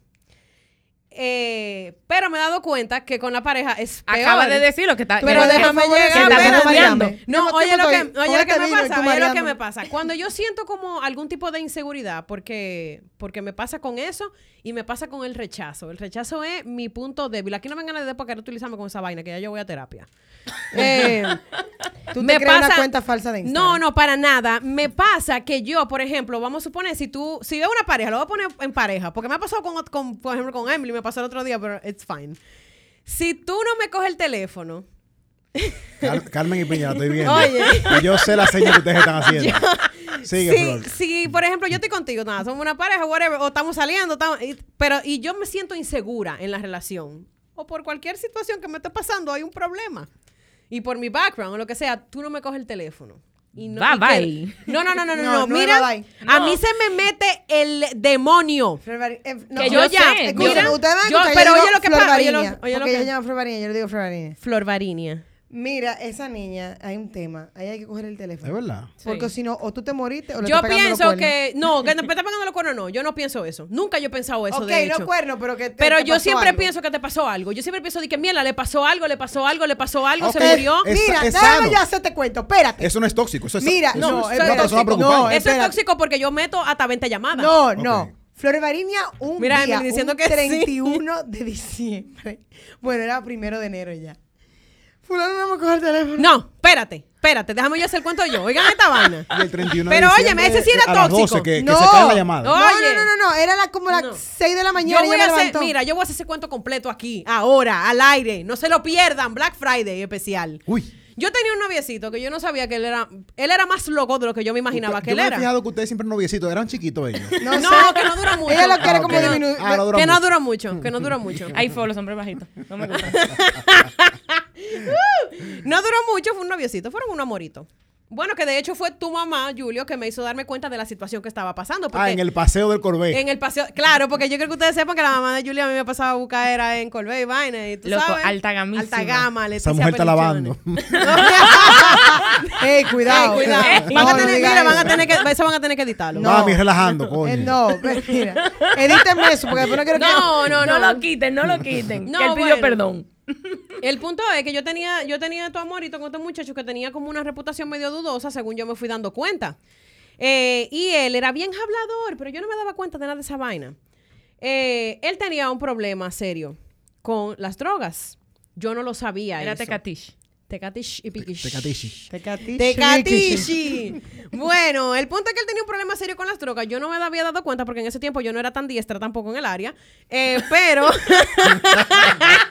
eh, pero me he dado cuenta que con la pareja es peor. Acaba de decir lo que está. Pero que- déjame que- llegar, que está espérate, rodeando. dígame. No, Yo oye estoy lo que, con oye lo este que me vino y tú pasa, oye lo que mareándome. me pasa. Cuando yo siento como algún tipo de inseguridad, porque, porque me pasa con eso y me pasa con el rechazo. El rechazo es mi punto débil. Aquí no me ganas de para querer utilizarme con esa vaina, que ya yo voy a terapia. Eh, Tú te creas una cuenta falsa de Instagram. No, no, para nada. Me pasa que yo, por ejemplo, vamos a suponer, si tú, si veo una pareja, lo voy a poner en pareja, porque me ha pasado con, ot- con, por ejemplo, con Emily, me pasó el otro día, pero it's fine. Si tú no me coges el teléfono, Car- Carmen y Piña, la estoy viendo. Oye. Y yo sé la seña que ustedes están haciendo. Sigue, Sí, Flor. sí, por ejemplo, yo estoy contigo, nada, somos una pareja, whatever, o estamos saliendo, estamos- y- pero y yo me siento insegura en la relación. O por cualquier situación que me esté pasando, hay un problema. Y por mi background o lo que sea, tú no me coges el teléfono. Y no, Bye, y que- bye. no, no, no, no, no, No, no, no es Mira, bye, bye. a mí se me mete el demonio. Florvari- eh, no, Que yo Flor- ya- escúchame, mira, ustedes van a yo- escuchar, pero digo oye lo que pasa, oye lo- Florvarinia, oye lo porque que- ella llama Florvarinia, yo le digo Florvarinia. Flor Varinia. Mira, esa niña, hay un tema, ahí hay que coger el teléfono. Es verdad. Porque Sí. si no, o tú te moriste o le Yo estás pegando los pienso cuernos. que. No, que me está pagando los cuernos, no. Yo no pienso eso. Nunca yo he pensado eso. ok, de no hecho. cuernos, pero que te- Pero te yo pasó siempre algo. pienso que te pasó algo. Yo siempre pienso de que, mierda, le pasó algo, le pasó algo, le pasó algo, Ok. eh, se murió. Es- Mira, es déjame sano. ya hacerte cuento, espérate. Eso no es tóxico. Eso es, Mira, eso no, es es una persona tóxico. preocupada. No, es- Eso es espérate. tóxico porque yo meto hasta 20 llamadas. No, Ok. no. Florvarinia un Mira, día, Emily diciendo un que sí. 31 de diciembre. Bueno, era primero de enero ya. Fulano no me coge el teléfono. No, espérate, espérate, déjame yo hacer el cuento yo. Oigan esta vaina. Y el 31 de Pero diciembre, óyeme, ese sí era a las 12 tóxico. que, que No. se cae la llamada. No. No, Oye. no, no, no, era la- como las No. 6 de la mañana. Yo y voy ella a hacer, levantó. mira, yo voy a hacer ese cuento completo aquí, ahora, al aire. No se lo pierdan, Black Friday especial. Uy. Yo tenía un noviecito que yo no sabía que él era, él era más loco de lo que yo me imaginaba que yo él me he era. fijado que ustedes siempre noviecitos, eran chiquitos ellos. No, No, sé. que no dura mucho. Ella lo quiere Ah, como ok. diminuir. Ah, no dura que no mucho. dura mucho, que no dura mucho. Ahí fue los hombres bajitos. No me gusta. No duró mucho, fue un noviecito, fueron un amorito. Bueno, que de hecho fue tu mamá, Julio, que me hizo darme cuenta de la situación que estaba pasando. Porque Ah, en el paseo del Corbé. en el paseo, claro, porque yo creo que ustedes sepan que la mamá de Julio a mí me pasaba a buscar era en Colbey, vaina, y tú Loco, sabes. alta gamísima. Alta gama, Esa mujer está lavando. Ey, Ey, cuidado. cuidado. Eh, Ey, Van a no, no tener- digas mira, van a eso. tener que, eso van a tener que editarlo. No. Mami, relajando, coño. Eh, no, mira. Edíteme eso porque después no quiero No, que. no, no. No lo quiten, no lo quiten. No, que él pidió bueno. perdón. El punto es que yo tenía, yo tenía tu amorito con este muchacho que tenía como una reputación medio dudosa, según yo me fui dando cuenta. Eh, y él era bien hablador, pero yo no me daba cuenta de nada de esa vaina. Eh, él tenía un problema serio con las drogas. Yo no lo sabía. Era eso. Tecatish. Tecatish y Piquish. Tecatishi. Tecatishi. Tecatishi. Bueno, el punto es que él tenía un problema serio con las drogas. Yo no me había dado cuenta porque en ese tiempo yo no era tan diestra tampoco en el área. Eh, pero,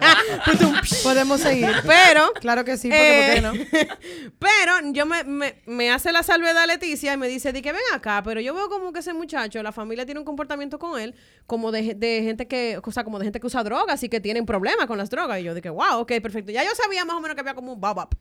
Podemos seguir. pero, Claro que sí, porque Eh, ¿por qué no? Pero yo me, me- me hace la salvedad Leticia y me dice, di que ven acá, pero yo veo como que ese muchacho, la familia tiene un comportamiento con él, como de, ge- de gente que, o sea, como de gente que usa drogas y que tienen problemas con las drogas. Y yo dije, wow, ok, perfecto. Ya yo sabía más o menos que había como un babap.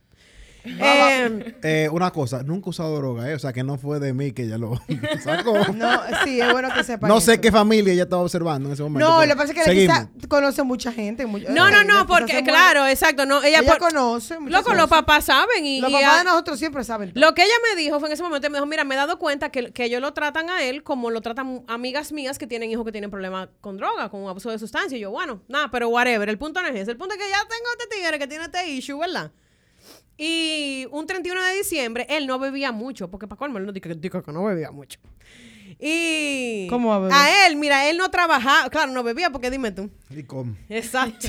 Eh, Eh, una cosa, nunca he usado droga, eh, o sea que no fue de mí que ella lo sacó. No, sí, es bueno que sepa. No sé eso. qué familia ella estaba observando en ese momento. No, pero lo que pasa es que seguimos. quizás conoce mucha gente. mucha- no, no, eh, quizá no, se porque mueve. claro, exacto, no, ella, Ella por- conoce. muchas Loco, los cosas. papás saben y... Los y papás a- de nosotros siempre saben. todo. Lo que ella me dijo fue en ese momento, me dijo, mira, me he dado cuenta que, que ellos lo tratan a él como lo tratan amigas mías que tienen hijos que tienen problemas con droga, con abuso de sustancia. Y yo, bueno, nada, pero whatever. El punto no es ese. El punto es que ya tengo este tigre que tiene este issue, ¿verdad? Y un 31 de diciembre, él no bebía mucho, porque para colmo, él no dijo que no bebía mucho. Y ¿Cómo va a beber? a él, mira, él no trabajaba, claro, no bebía, porque dime tú. Y com- Exacto.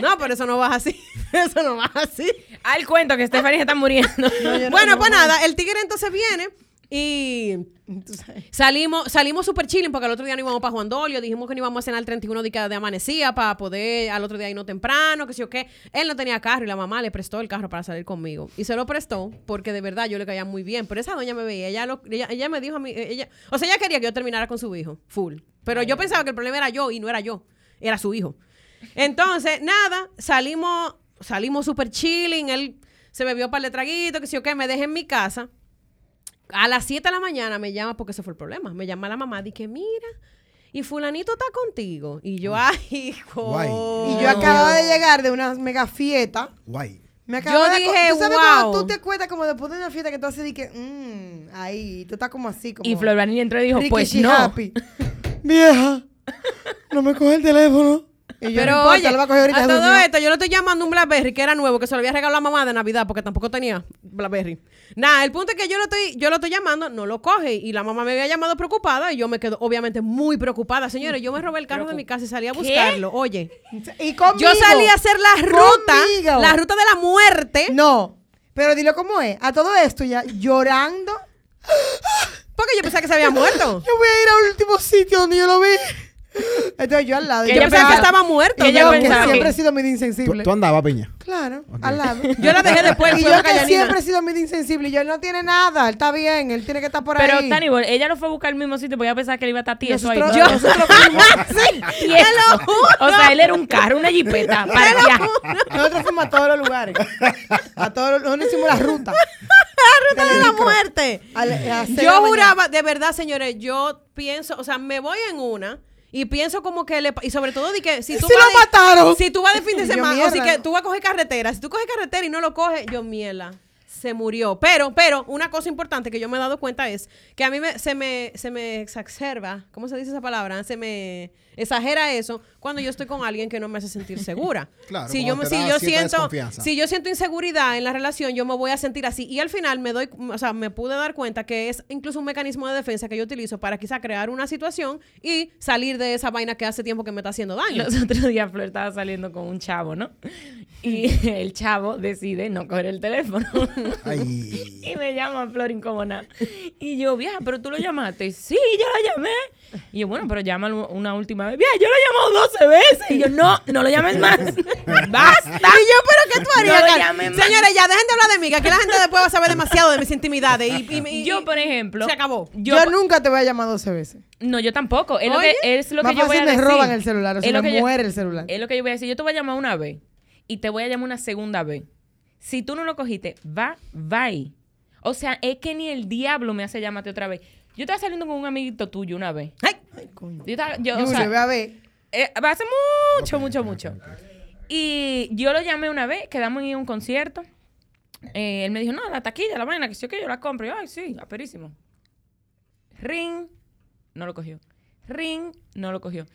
no, pero eso no vas así. Eso no vas así. Al cuento que Stephanie se está muriendo. yo no- Bueno, no, pues no. nada, el tigre entonces viene y Tú sabes. salimos salimos super chilling porque el otro día no íbamos para Juan Dolio, dijimos que no íbamos a cenar el 31 de, cada- de amanecía para poder al otro día irnos temprano, que sé yo qué. Él no tenía carro y la mamá le prestó el carro para salir conmigo. Y se lo prestó porque de verdad yo le caía muy bien, pero esa doña me veía, ella, lo- ella, ella me dijo a mí, eh, ella, o sea, ella quería que yo terminara con su hijo, full. Pero yo pensaba que el problema era yo y no era yo, era su hijo. Entonces, nada, salimos salimos super chilling, él se bebió un par de traguitos, que sé yo qué, me dejé en mi casa. A las 7 de la mañana me llama, porque ese fue el problema, me llama la mamá, dije, mira, y fulanito está contigo. Y yo, ay, hijo. Guay. Mm. Y yo acababa de llegar de una mega fiesta. Guay. Me acababa Yo de co- dije, ¿tú sabes cuando "Wow". tú te cuentas como después de una fiesta que tú haces y que, mmm, ahí, tú estás como así, como. Y Flor "Pues Vanini entró y dijo, Ricky pues she no. happy. Vieja, no me coge el teléfono. Y yo, Pero no importa, oye, lo va a coger ahorita a de todo solución. esto, yo le estoy llamando un Blackberry que era nuevo, que se lo había regalado a mamá de Navidad porque tampoco tenía Blackberry. Nada, el punto es que yo lo estoy, yo lo estoy llamando, no lo coge. Y la mamá me había llamado preocupada y yo me quedo obviamente muy preocupada. Señores, yo me robé el carro de mi casa y salí a buscarlo. Oye, Y conmigo. yo salí a hacer la ruta, Conmigo. la ruta ¿eh? de la muerte. No, pero dilo cómo es. A todo esto ya llorando. Porque yo pensaba que se había muerto. Yo voy a ir al último sitio donde yo lo vi. Entonces yo al lado. Que Yo ella pensaba que pensaba- estaba muerto. que ella Yo, que pensaba siempre que- he sido medio ¿Tú, insensible. tú andabas, Peña? Claro, al lado. Yo la dejé después, fue Y yo una que callanina. siempre he sido medio insensible. Y yo, él no tiene nada, él está bien, él tiene que estar por Pero ahí. Tannibal, ella lo fue a buscar al mismo sitio porque ella pensaba que le iba a estar tieso ahí. nosotros, Yo- nosotros fuimos, sí, Y él- O sea, él era un carro, una jipeta. Para allá. nosotros fuimos a todos los lugares. A todos los, nosotros hicimos la ruta. ruta de la muerte. A la- a las seis de Yo la mañana. juraba, de verdad, señores, yo pienso, o sea, me voy en una y pienso como que le pa- y sobre todo de que si ¿Y tú si vas lo de- mataron? si tú vas de fin de Yo, semana, o si mierda. que tú vas a coger carretera, si tú coges carretera y no lo coges, yo miela. Se murió. Pero, pero, una cosa importante que yo me he dado cuenta es que a mí me- se, me, se me exacerba, ¿cómo se dice esa palabra? Se me exagera eso cuando yo estoy con alguien que no me hace sentir segura. Claro, si cuando yo, me- te si da yo cierta siento, desconfianza. si yo siento inseguridad en la relación, yo me voy a sentir así. Y al final me doy, o sea, me pude dar cuenta que es incluso un mecanismo de defensa que yo utilizo para quizá crear una situación y salir de esa vaina que hace tiempo que me está haciendo daño. Los otros días Flor estaba saliendo con un chavo, ¿no? Y el chavo decide no coger el teléfono. Ay. Y me llama Flor incómoda. Y yo, vieja, pero tú lo llamaste. Sí, yo lo llamé. Y yo, bueno, pero llámalo una última vez. Vieja, yo lo he llamado 12 veces. Y yo, no, no lo llames más. Basta. Y yo, pero ¿qué tú harías? No lo Karen? llamen más. Señores, ya dejen de hablar de mí, que aquí la gente después va a saber demasiado de mis intimidades. Y, y- y- Yo, por ejemplo. Se acabó. Yo, Yo, nunca te voy a llamar 12 veces. no, yo tampoco. Es lo Oye, que, es lo más que yo voy a fácil me decir. roban el celular, o se Es lo me que yo- muere el celular. Es lo que yo voy a decir. Yo te voy a llamar una vez y te voy a llamar una segunda vez. Si tú no lo cogiste, va, bye. O sea, es que ni el diablo me hace llamarte otra vez. Yo estaba saliendo con un amiguito tuyo una vez. Ay, Yo estaba- yo, o Julio, sea, ve a ver. eh, hace mucho, mucho, mucho. Y yo lo llamé una vez, quedamos en ir a un concierto. Eh, él me dijo, no, la taquilla, la vaina, que sí, que yo la compro. Y yo, ay, sí, aperísimo. Ring, no lo cogió. Ring, no lo cogió.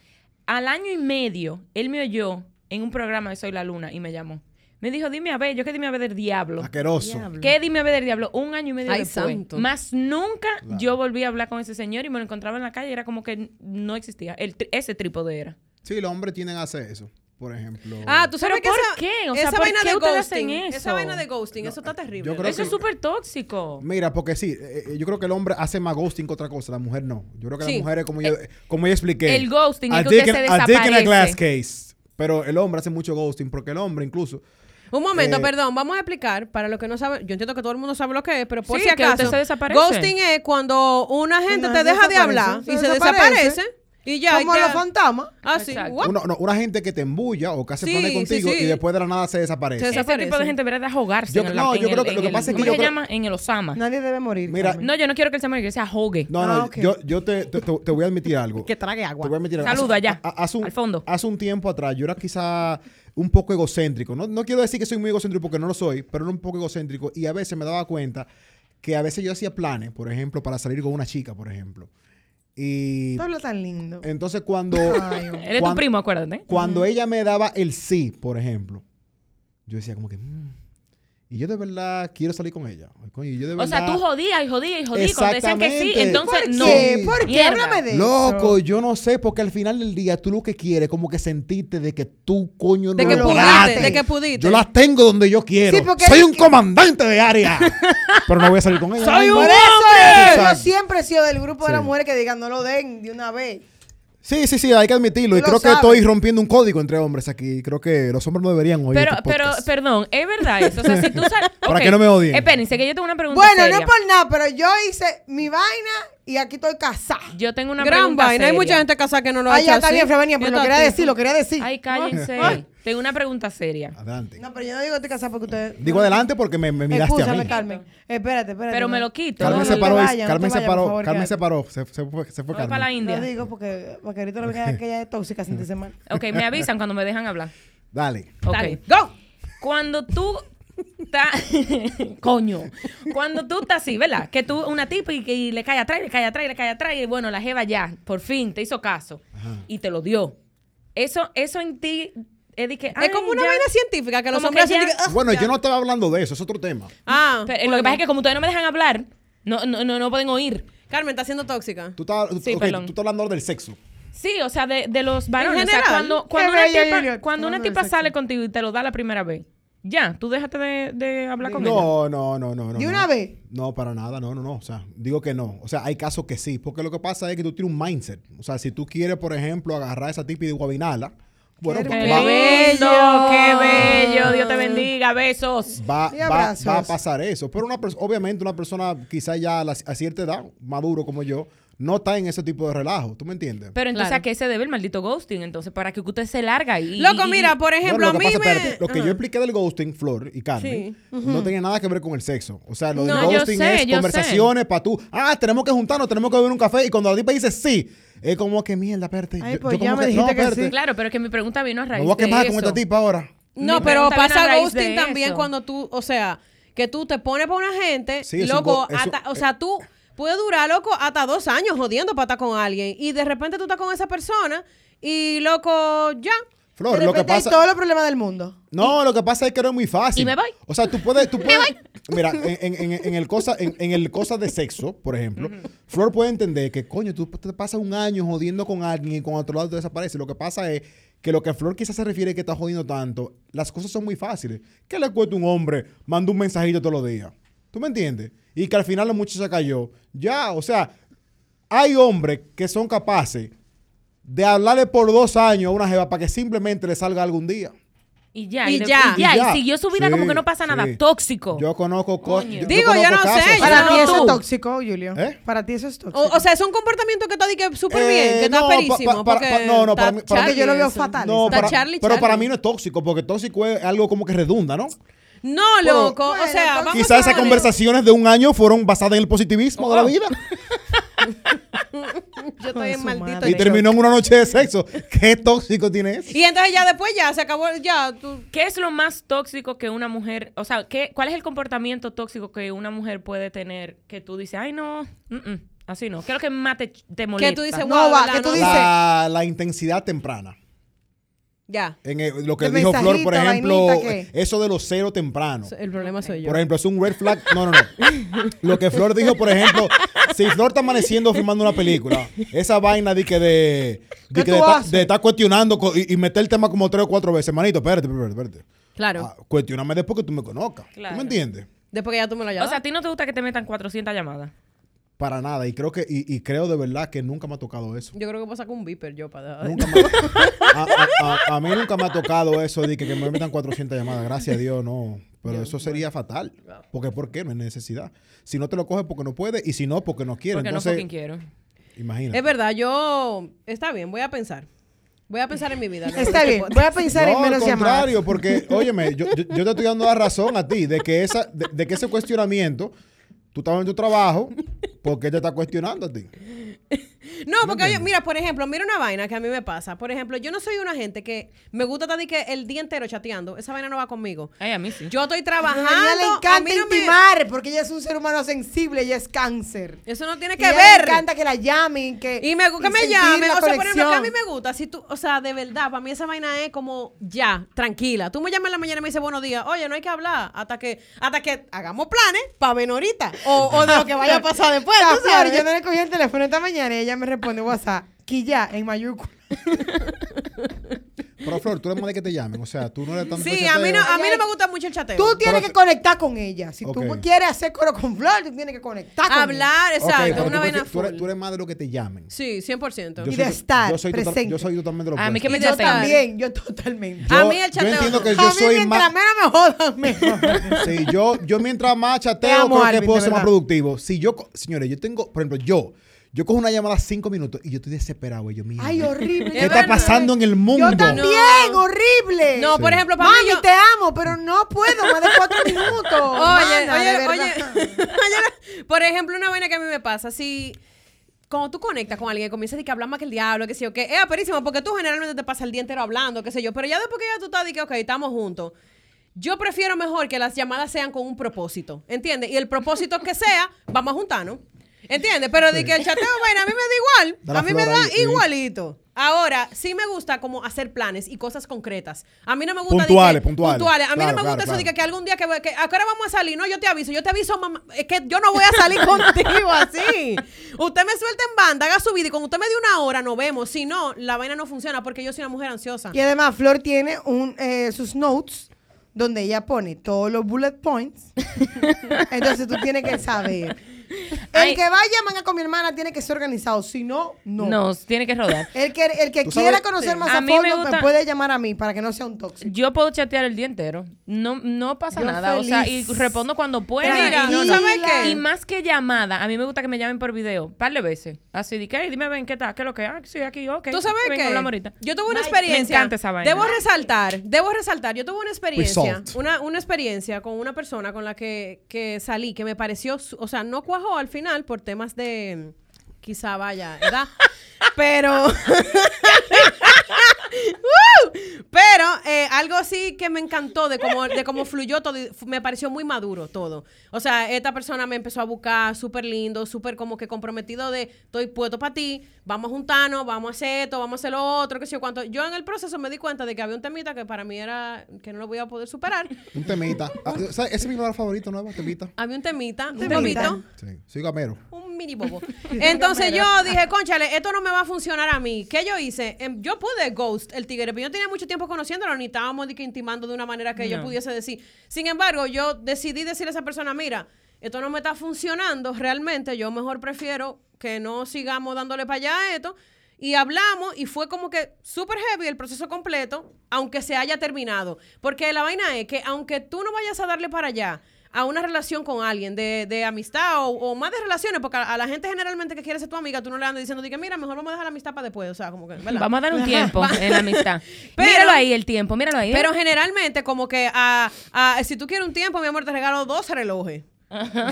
Al año y medio, él me oyó en un programa de Soy la Luna y me llamó. Me dijo, dime a ver, yo que dime a ver del diablo. Asqueroso. ¿Qué dime a ver del diablo? Un año y medio Ay, después. santo. Más nunca yo volví a hablar con ese señor y me lo encontraba en la calle. Era como que no existía. El tri- ese trípode era. Sí, los hombres tienen a hacer eso. Por ejemplo. Ah, tú sabes ¿Pero que por esa, qué? O sea, esa ¿por vaina qué de ustedes ghosting, hacen eso? esa vaina de ghosting, eso está terrible. eh, yo creo Eso que- es súper tóxico. Mira, porque sí, eh, eh, yo creo que el hombre hace más ghosting que otra cosa, la mujer no. Yo creo que Sí. la mujer es como yo, como yo expliqué. el ghosting es A que usted dick se in- a dick in a glass desaparece. case. Pero el hombre hace mucho ghosting porque el hombre incluso Un momento, Eh, perdón, vamos a explicar para los que no saben. Yo entiendo que todo el mundo sabe lo que es, pero por Sí, si que usted acaso, se desaparece. ghosting es cuando una gente Una te se deja de desaparece, hablar se y se desaparece. desaparece y ya. Como y ya- los fantasmas. Ah, sí. Exacto. guap, uno- no, una gente que te embulla o que hace Sí, planes sí, contigo sí. y después de la nada se desaparece. Se desa- Ese tipo desaparece. de gente debería de ahogarse. Yo- en el- no, en yo creo el- que lo en que el- pasa es que ¿cómo yo se creo- llama? En el Osama. Nadie debe morir. Mira, Carmen. No, yo no quiero que él se muera, que se ahogue. no, no, Ah, ok. yo, yo te, te- te- te voy a admitir algo. que trague Te agua. voy a admitir algo. Hace- Saluda ya, a- a- hace un, al fondo. Hace un tiempo atrás yo era quizá un poco egocéntrico. No, no quiero decir que soy muy egocéntrico porque no lo soy, pero era un poco egocéntrico y a veces me daba cuenta que a veces yo hacía planes, por ejemplo, para salir con una chica, por ejemplo. Y No habla tan lindo. entonces cuando... Ay, hombre. Él es tu cuando- primo, acuérdate. Cuando ella me daba el sí, por ejemplo, yo decía como que... "Mm, y yo de verdad quiero salir con ella. Coño, y yo de O sea, verdad- tú jodías y jodías y jodías. Cuando decían que sí, Exactamente. entonces ¿Por no. qué? ¿Por qué? Mierda. Háblame de Loco, yo no sé, porque al final del día tú lo que quieres es como que sentirte de que tú, coño, no De que lo pudiste, lograste. de que pudiste. Yo las tengo donde yo quiero. Sí, porque- Soy un comandante de área. pero no voy a salir con ella. Soy Ay, un Por por- eso es, yo Exacto. siempre he sido del grupo de Sí. las mujeres que digan no lo den de una vez. Sí, sí, sí, hay que admitirlo. Y Tú lo creo que sabes. estoy rompiendo un código entre hombres aquí. Creo que los hombres no deberían oír Pero, este pero, podcast. perdón, es verdad eso. O sea, si tú sal- Para Ok, que no me odien. Espérense, que yo tengo una pregunta. Bueno, no seria. es por nada, pero yo hice mi vaina y aquí estoy casada. Yo tengo una Gran pregunta. vaina. Hay seria. mucha gente casada que no lo ha Ay, hecho Ah, ya está así. bien, Flavania, pero Yo lo quería también. decir, lo quería decir. Ay, cállense. Ay. Tengo una pregunta seria. Adelante. No, pero yo no digo que estoy casada porque ustedes. Digo no. adelante porque me, me miraste a Escúchame, mí. Carmen. Espérate, espérate. Pero no. me lo quito. Carmen No, se no te paró, vayas, no te Carmen se vayas, por paró, favor, Carmen se quédate. paró, se, se fue, se fue Voy para la Carmen. India. Lo digo porque, porque ahorita lo que queda es que ella es tóxica sin semana. Ok, me avisan cuando me dejan hablar. Dale. Ok. Dale, go. Cuando tú estás. Coño. Cuando tú estás así, ¿verdad? Que tú, una tipa y, que y le cae atrás, y le cae atrás, y le cae atrás, y bueno, la jeva ya, por fin, te hizo caso. Y te lo dio. Eso, eso en ti es de que, es ay, como una ya. vaina científica que los Como hombres que hacen ya- de que, "Ugh". Bueno, yo no estaba hablando de eso, es otro tema. Ah, Pero, eh, Lo que pasa es que como ustedes no me dejan hablar, no, no, no, no pueden oír. Carmen está siendo tóxica. Tú estás, Sí, ok, perdón. tú estás hablando ahora del sexo. Sí, o sea, de, de los varones. En o sea, general. cuando, Qué cuando una bella, tipa, Juliet. cuando una Hablando de tipa sexo. sale contigo y te lo da la primera vez, ya, tú déjate de, de hablar con ella. No, no, no, no. no ¿De no. una vez? No, para nada, no, no, no. O sea, digo que no. O sea, hay casos que sí. Porque lo que pasa es que tú tienes un mindset. O sea, si tú quieres, por ejemplo, agarrar a esa tipa y de guabinala, bueno, pues Qué va, ¡Qué va- bello! ¡Qué bello. bello! Dios te bendiga, besos. va- Y va- abrazos. va a pasar eso. Pero una pers- obviamente una persona quizás ya a, la- a cierta edad, maduro como yo, no está en ese tipo de relajo. ¿Tú me entiendes? Pero entonces, Claro. ¿a qué se debe el maldito ghosting? Entonces, ¿para que usted se larga? Y, Loco, y- mira, por ejemplo, Bueno, lo que a mí pasa, me... espérate, lo que yo expliqué del ghosting, Flor y Carmen, no tenía nada que ver con el sexo. O sea, lo del No, yo ghosting sé, yo sé. es conversaciones para tú. Ah, tenemos que juntarnos, tenemos que beber un café. Y cuando la tipa dice sí, es como que mierda, espérate. Ay, yo- pues yo ya como me dijiste que espérate, sí. Claro, pero es que mi pregunta vino a Me raíz voy a de quemar con este eso. esta tipa ahora. No, Mi pero pregunta viene a pasa raíz ghosting de también eso. cuando tú, o sea, que tú te pones para una gente, Sí, es un loco, go- es un- hasta- o sea, tú puedes durar, loco, hasta dos años jodiendo para estar con alguien y de repente tú estás con esa persona y, loco, ya. De Flor, lo que repente hay pasa. todos los problemas del mundo. No, lo que pasa es que no es muy fácil. Y me voy. O sea, tú puedes, tú puedes. Mira, en, en- en- en el cosa, en, en el cosa de sexo, por ejemplo, Flor puede entender que, coño, tú te pasas un año jodiendo con alguien y con otro lado te desaparece. Lo que pasa es que lo que Flor quizás se refiere que está jodiendo tanto, las cosas son muy fáciles. ¿Qué le cuesta a un hombre? Manda un mensajito todos los días. ¿Tú me entiendes? Y que al final la muchacha cayó. Ya, o sea, hay hombres que son capaces de hablarle por dos años a una jeva para que simplemente le salga algún día. Y ya, Y de- ya. Y ya, Ah. Y y ya. siguió su vida Sí, como que no pasa nada. sí. Tóxico. Yo conozco cosas. Digo, yo no sé, yo Para no- ti eso tú. es tóxico, Julio. ¿Eh? Para ti eso es tóxico. O, o sea, es un comportamiento que está di que súper bien, Eh, que está no, pa- perísimo. pa- para- porque pa- no, no, para está mí- para Charlie mí- yo lo veo eso. fatal. No, Está para- Charlie, pero para Charlie. mí no es tóxico, porque tóxico es algo como que redunda, ¿no? No, Bueno, loco, o bueno, sea, vamos Quizás a esas ver. conversaciones de un año fueron basadas en el positivismo de la vida Yo estoy en Con su maldito. madre. y Pero- shock. terminó en una noche de sexo. ¿Qué tóxico tiene eso? Y entonces ya después ya se acabó, ya tú... ¿Qué es lo más tóxico que una mujer, o sea, ¿qué, cuál es el comportamiento tóxico que una mujer puede tener que tú dices, ay no, mm, mm, así no, ¿qué es lo que más te, te molesta? tú dices, no, wow, va, la que tú no- dices, La, la intensidad temprana. Ya. En el- lo que El dijo Flor, por mensajito, ejemplo, vainita, ¿qué? eso de los cero temprano. El problema soy yo. Por ejemplo, es un red flag. No, no, no. Lo que Flor dijo, por ejemplo, si Flor está amaneciendo filmando una película, esa vaina de que de. ¿Qué De que tú de ta- haces? de estar cuestionando co- y, y meter el tema como tres o cuatro veces. Manito, espérate, espérate, espérate. Claro. Ah, cuestioname después que tú me conozcas. ¿Tú Claro. me entiendes? Después que ya tú me lo hayas O sea, ¿a ti no te gusta que te metan 400 llamadas? Para nada. Y creo que, y, y creo de verdad que nunca me ha tocado eso. Yo creo que pasa con un beeper yo para... Nunca me- a, a- a- a mí nunca me ha tocado eso de que, que me metan 400 llamadas. Gracias a Dios, no. Pero eso sería fatal. Porque ¿por qué? No hay necesidad. Si no te lo coges porque no puede y si no, porque no quiere. Porque no Entonces, fucking quiero. imagínate. Es verdad, yo... Está bien, voy a pensar. Voy a pensar en mi vida. Este Está bien, voy a pensar en no, al menos llamadas. contrario, porque, óyeme, yo, yo- yo te estoy dando la razón a ti de que, esa, de, de que ese cuestionamiento, tú estabas en tu trabajo, porque te está cuestionando a ti? No, porque oye, mira, por ejemplo, mira una vaina que a mí me pasa. Por ejemplo, yo no soy una gente que me gusta estar de que el día entero chateando. Esa vaina no va conmigo. Ay, a mí sí. Yo estoy A trabajando. Daniela le a encanta mí no me- intimar porque ella es un ser humano sensible, ella es cáncer. Eso no tiene Y que a ella ver. Le encanta que la llamen, que Y me gusta que me sentir llamen. la O sea, por ejemplo, que a mí conexión. me gusta. Si tú, o sea, de verdad, para mí esa vaina es como ya, tranquila. Tú me llamas en la mañana y me dices buenos días. Oye, no hay que hablar hasta que, hasta que hagamos planes para ver ahorita. O, o de lo que vaya a pasar después. La tú Ah, Flor, sabes. yo no le cogí el teléfono esta mañana y ella me responde WhatsApp, quilla en mayúscula. Pero Flor, tú eres más de que te llamen, o sea, tú no eres tan Sí, a mí, no, a mí no me gusta mucho el chateo. Tú tienes que conectar con ella. Si Ok. tú quieres hacer coro con Flor, tú tienes que conectar con ella. Hablar, exacto, una vaina tú, eres, tú full. eres más de lo que te llamen. Sí, 100%. Yo Y de soy to- estar yo soy total- presente. yo soy totalmente lo A mí opuesto. que me Y yo Yo chatean. también, yo totalmente. A mí el Yo chateo entiendo no. que a yo mí soy mientras más... menos me jodan, mejor. Sí, yo, yo mientras más chateo, amo, creo que Alvin, puedo de ser más verdad. productivo. Si yo, co- señores, yo tengo, por ejemplo, yo, yo cojo una llamada cinco minutos y yo estoy desesperado, y yo mira. Ay, horrible. ¿Qué Es está verdad. pasando en el mundo? Yo también, horrible. No, por Sí. ejemplo, para mí. Mami, yo- te amo, pero no puedo más de cuatro minutos. Oye, Mana, de oye, oye, verdad. oye, por ejemplo, una vaina que a mí me pasa, si cuando tú conectas con alguien, comienzas a que hablar más que el diablo, que sé yo, que es aperísimo, porque tú generalmente te pasas el día entero hablando, qué sé yo, pero ya después que ya tú estás, de que, ok, estamos juntos. Yo prefiero mejor que las llamadas sean con un propósito, ¿entiendes? Y el propósito que sea, vamos a juntarnos, ¿entiendes? Pero de que el chateo, vaina, a mí me da igual, Da la a mí me flor da ahí, sí. igualito. Ahora, sí me gusta como hacer planes y cosas concretas. A mí no me gusta... dije, Puntuales, puntuales. A mí Claro, no me claro, gusta eso de claro. que, que algún día que, voy- que... ¿A qué hora vamos a salir? No, yo te aviso. Yo te aviso, mamá. Es que yo no voy a salir contigo así. Usted me suelta en banda, haga su vida y cuando usted me dé una hora nos vemos. Si no, la vaina no funciona porque yo soy una mujer ansiosa. Y además, Flor tiene un, eh, sus notes donde ella pone todos los bullet points. Entonces tú tienes que saber. El Ay. que vaya a manga con mi hermana tiene que ser organizado. Si no, no. No. tiene que rodar. El que, el que Tú quiera sabes- conocer Sí. más A a, mí me fondo me gusta- puede llamar a mí para que no sea un tóxico. Yo puedo chatear el día entero. No, no pasa Yo nada. O sea, y feliz. respondo cuando pueda. Mira, y, no, ¿tú no. sabes qué? Y más que llamada, a mí me gusta que me llamen por video. Par de veces. Así de que, "Hey, dime, ven, ¿qué tal? ¿Qué es lo que? Ah, sí, aquí, ok. ¿Tú sabes Ven, qué? hablamos ahorita. Yo tuve una Bye. experiencia. Me encanta esa vaina. Debo resaltar, debo resaltar. Yo tuve una experiencia, Result. una, una experiencia con una persona con la que, que salí, que me pareció, su- o sea, no cuajó al final por temas de, mm, quizá vaya, ¿verdad? Pero... ¡Woo! Pero eh, algo sí que me encantó de cómo, de cómo fluyó todo, y fu- me pareció muy maduro todo. O sea, esta persona me empezó a buscar súper lindo, súper como que comprometido de estoy puesto para ti, vamos a juntarnos, vamos a hacer esto, vamos a hacer lo otro, qué sé yo cuánto. Yo en el proceso me di cuenta de que había un temita que para mí era que no lo voy a poder superar. Un temita. Ah, ¿sabes? Ese es mi palabra favorito, nuevo, temita. Había un temita, un Temita. temito Sí, soy gamero. un mini bobo. Entonces yo dije, conchale, esto no me va a funcionar a mí. ¿Qué yo hice? Em, Yo pude ghost el tigre, pero yo tenía mucho tiempo conociéndolo, ni estábamos de que intimando de una manera que yo No. pudiese decir. Sin embargo, yo decidí decirle a esa persona, mira, esto no me está funcionando realmente, yo mejor prefiero que no sigamos dándole para allá a esto. Y hablamos y fue como que súper heavy el proceso completo, aunque se haya terminado. Porque la vaina es que aunque tú no vayas a darle para allá, a una relación con alguien de, de amistad o, o más de relaciones, porque a, a la gente generalmente que quiere ser tu amiga, tú no le andas diciendo, que mira, mejor vamos a dejar la amistad para después, o sea, como que, ¿verdad? Vamos a dar un tiempo en la amistad. Pero- míralo ahí el tiempo, míralo ahí. Pero generalmente, como que a, a- si tú quieres un tiempo, mi amor, te regalo dos relojes.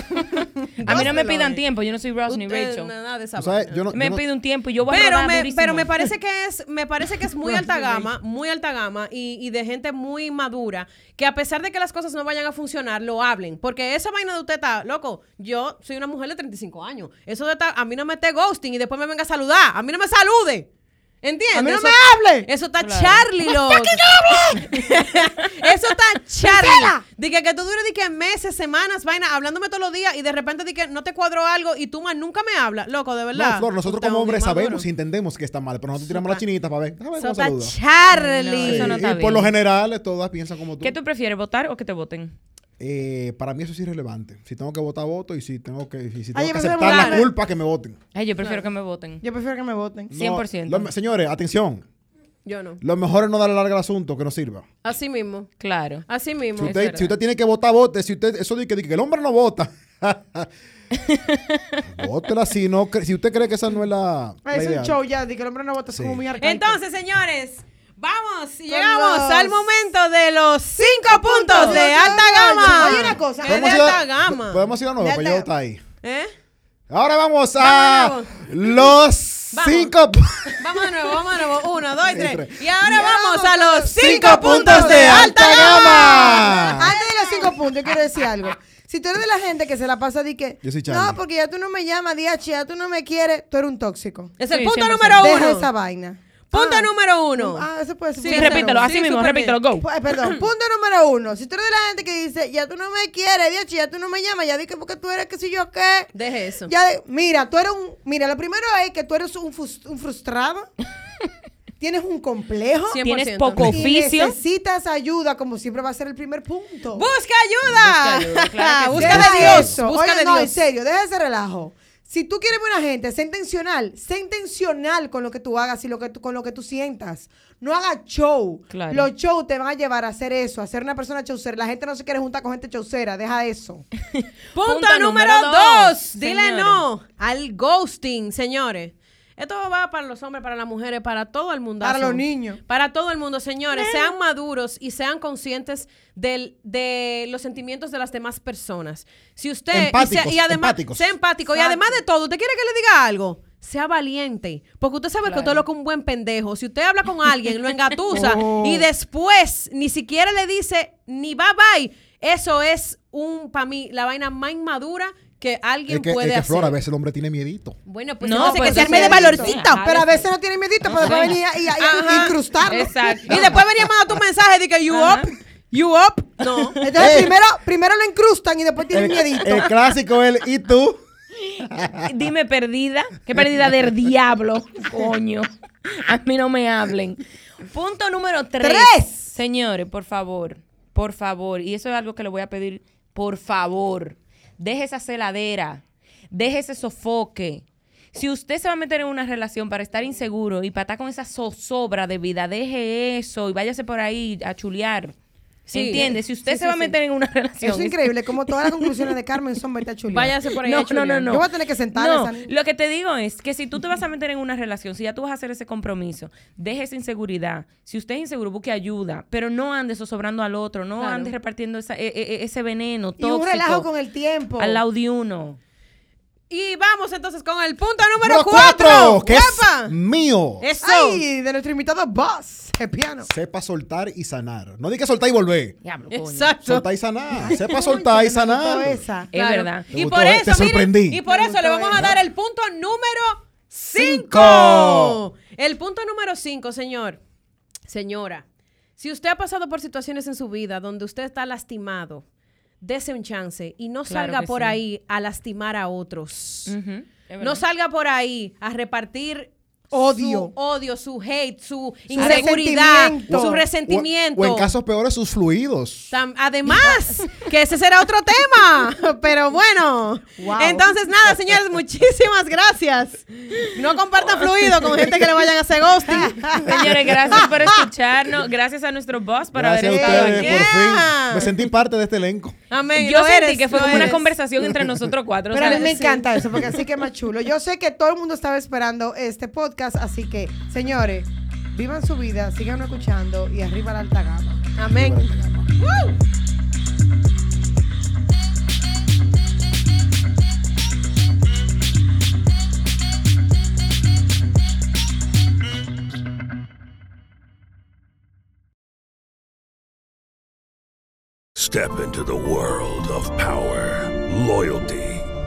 a mí no me Gózalo, pidan eh. tiempo, yo no soy Ross ni Usted- Rachel. nada de esa O sea, vaina. yo no, me yo no- pide un tiempo y yo voy a pero rodar me, durísimo. pero me parece que es me parece que es muy alta gama muy alta gama y, y de gente muy madura que a pesar de que las cosas no vayan a funcionar lo hablen porque esa vaina de usted está loco yo soy una mujer de 35 años eso de estar a mí no me esté ghosting y después me venga a saludar a mí no me salude ¿Entiendes? A mí no Eso- me hable. Eso está Charlie, Pues, loco. eso está Charlie. Dije que tú dures di que meses, semanas, vaina, hablándome todos los días y de repente di que no te cuadro algo y tú más nunca me hablas. Loco, de verdad. No, Flor, nosotros Usted es como un hombres inmaduro. sabemos y entendemos que está mal, pero nosotros tiramos la chinita para ver. Déjame ver cómo Sota saluda. Charlie. Eso no Eh, está y por lo bien. general, eh, todas piensan como tú. ¿Qué tú prefieres, votar o que te voten? Eh, para mí eso es irrelevante. Si tengo que votar, voto. Y si tengo que, y si tengo Ay, que yo me voy a aceptar la mudar. culpa, que me voten. Ay, yo prefiero que me voten. Yo prefiero que me voten. No, 100%. lo- señores, atención. Yo no. Lo mejor es no darle larga al asunto, que no sirva. Así mismo. Claro. Así Si mismo. usted, si usted tiene que votar, vote. Si usted, eso dice que, que el hombre no vota. Vótela si no cre- si usted cree que esa no es la, Ah, la Es un ideal. show ya, de que el hombre no vota, es Sí. como muy arcaico. Entonces, señores, vamos y Con llegamos los- al momento de los cinco puntos puntos. de alta gama. Oye, una cosa. Que es de ir a- alta gama. podemos ir a nuevo, De pues alta- yo está ahí. ¿Eh? Ahora vamos a Vamos los Vamos. cinco pu- Vamos de nuevo, vamos de nuevo. Uno, dos y Sí, tres. tres. Y ahora Y vamos a ahora vamos los cinco puntos de alta gama. Antes de los cinco puntos, yo quiero decir algo. Si tú eres de la gente que se la pasa de que. Yo soy Charlie. no, porque ya tú no me llamas, DH, ya tú no me quieres, tú eres un tóxico. Es el Sí, punto 100%. número uno. Deja esa vaina. Punto Ah. número uno. Ah, ese puede ser. Sí, Sí, punto repítelo, número así sí, mismo, súper Pues, repítelo, go. uno. Pu- eh, perdón, punto número uno. Si tú eres de la gente que dice, ya tú no me quieres, DH, ya tú no me llamas, ya dije porque tú eres qué sé yo qué. Deje eso. Ya de- mira, tú eres un. Mira, lo primero es que tú eres un, fus- un frustrado. Tienes un complejo. 100%. Tienes poco Y oficio. necesitas ayuda, como siempre va a ser el primer punto. Busca ayuda. Busca ayuda, claro que sí. Busca Deja de Dios. eso. Busca Oye, de no, en Dios. serio, deja ese relajo. Si tú quieres buena gente, sé intencional. Sé intencional con lo que tú hagas y lo que tú- con lo que tú sientas. No hagas show. Claro. Los shows te van a llevar a hacer eso, a ser una persona chaucera. La gente no se quiere juntar con gente chaucera. Deja eso. Punto, Punto número número dos. dos, Dile señores. no al ghosting, señores. Esto va para los hombres, para las mujeres, para todo el mundo. Para los niños. Para todo el mundo, señores. Sean maduros y sean conscientes del- de los sentimientos de las demás personas. Si usted. Empáticos, y, sea- y además. empáticos. Sea empático. Y además de todo, ¿usted quiere que le diga algo? Sea valiente. Porque usted sabe que usted lo que un buen pendejo. Si usted habla con alguien, lo engatusa y después ni siquiera le dice ni bye bye, eso es un, para mí, la vaina más inmadura que alguien Es que, puede es que hacer. Flor, a veces el hombre tiene miedito. Bueno, pues No, no, que pues serme de entonces- valorcito. Ajá, Pero a veces no tiene miedito, pero después venía y, y- y Ajá. incrustarlo. Exacto. Y después venía a tu mensaje de que you Ajá. up, you up. No. Entonces Eh. primero, primero lo incrustan y después tiene El, miedito. el clásico es el ¿y tú? Dime perdida. Qué perdida del diablo, coño. A mí no me hablen. Punto número tres. Tres. Señores, por favor, por favor. Y eso es algo que le voy a pedir, por favor. Deje esa celadera. Deje ese sofoque. Si usted se va a meter en una relación para estar inseguro y para estar con esa zozobra de vida, deje eso y váyase por ahí a chulear. Sí. ¿Entiende? Si usted Sí, se sí, va a sí. meter en una relación. Eso es increíble, como todas las conclusiones de Carmen son vete a chulear. Váyase por ahí. No, a no, chulear. no, no. Yo voy a tener que sentar No, esa- lo que te digo es que si tú te vas a meter en una relación, si ya tú vas a hacer ese compromiso, deje esa inseguridad. Si usted es inseguro, busque ayuda, pero no ande sobrando al otro, no Claro. ande repartiendo esa- e- e- ese veneno Y tóxico. un relajo con el tiempo. Al lado de uno. Y vamos entonces con el punto número Número 4. cuatro, que ¡Guapa! es mío. Eso. Ay, de nuestro invitado Boss, el piano. Sepa soltar y sanar. No diga soltar y volver. Diablo, coño. Exacto. Soltar y sanar. Sepa soltar y sanar. Cabeza. Es Claro. verdad. Te Y gustó, por eh, eso, te miren, sorprendí. y por Me eso le gustó vamos a eso. dar el punto número 5. Cinco. El punto número 5, señor. Señora, si usted ha pasado por situaciones en su vida donde usted está lastimado, dese un chance y no Claro salga que por sí. ahí a lastimar a otros. Ujú, es No verdad. salga por ahí a repartir Odio. Su odio, su hate, su inseguridad, resentimiento. su O- resentimiento. O, o en casos peores, sus fluidos. Tam- Además, que ese será otro tema. Pero bueno. Wow. Entonces, nada, señores, muchísimas gracias. No compartan fluido con gente que le vayan a hacer ghosting. Señores, gracias por escucharnos. Gracias a nuestro boss por Gracias a haber estado ustedes, aquí. Yeah. por fin. Me sentí parte de este elenco. Amén. Yo lo sentí eres, que fue lo como una eres. conversación entre nosotros cuatro. Pero a ¿sabes? mí me Sí. encanta eso, porque así que es más chulo. Yo sé que todo el mundo estaba esperando este podcast, así que, señores, vivan su vida, sigan escuchando y arriba la alta gama. Amén. Step into the world of power, loyalty,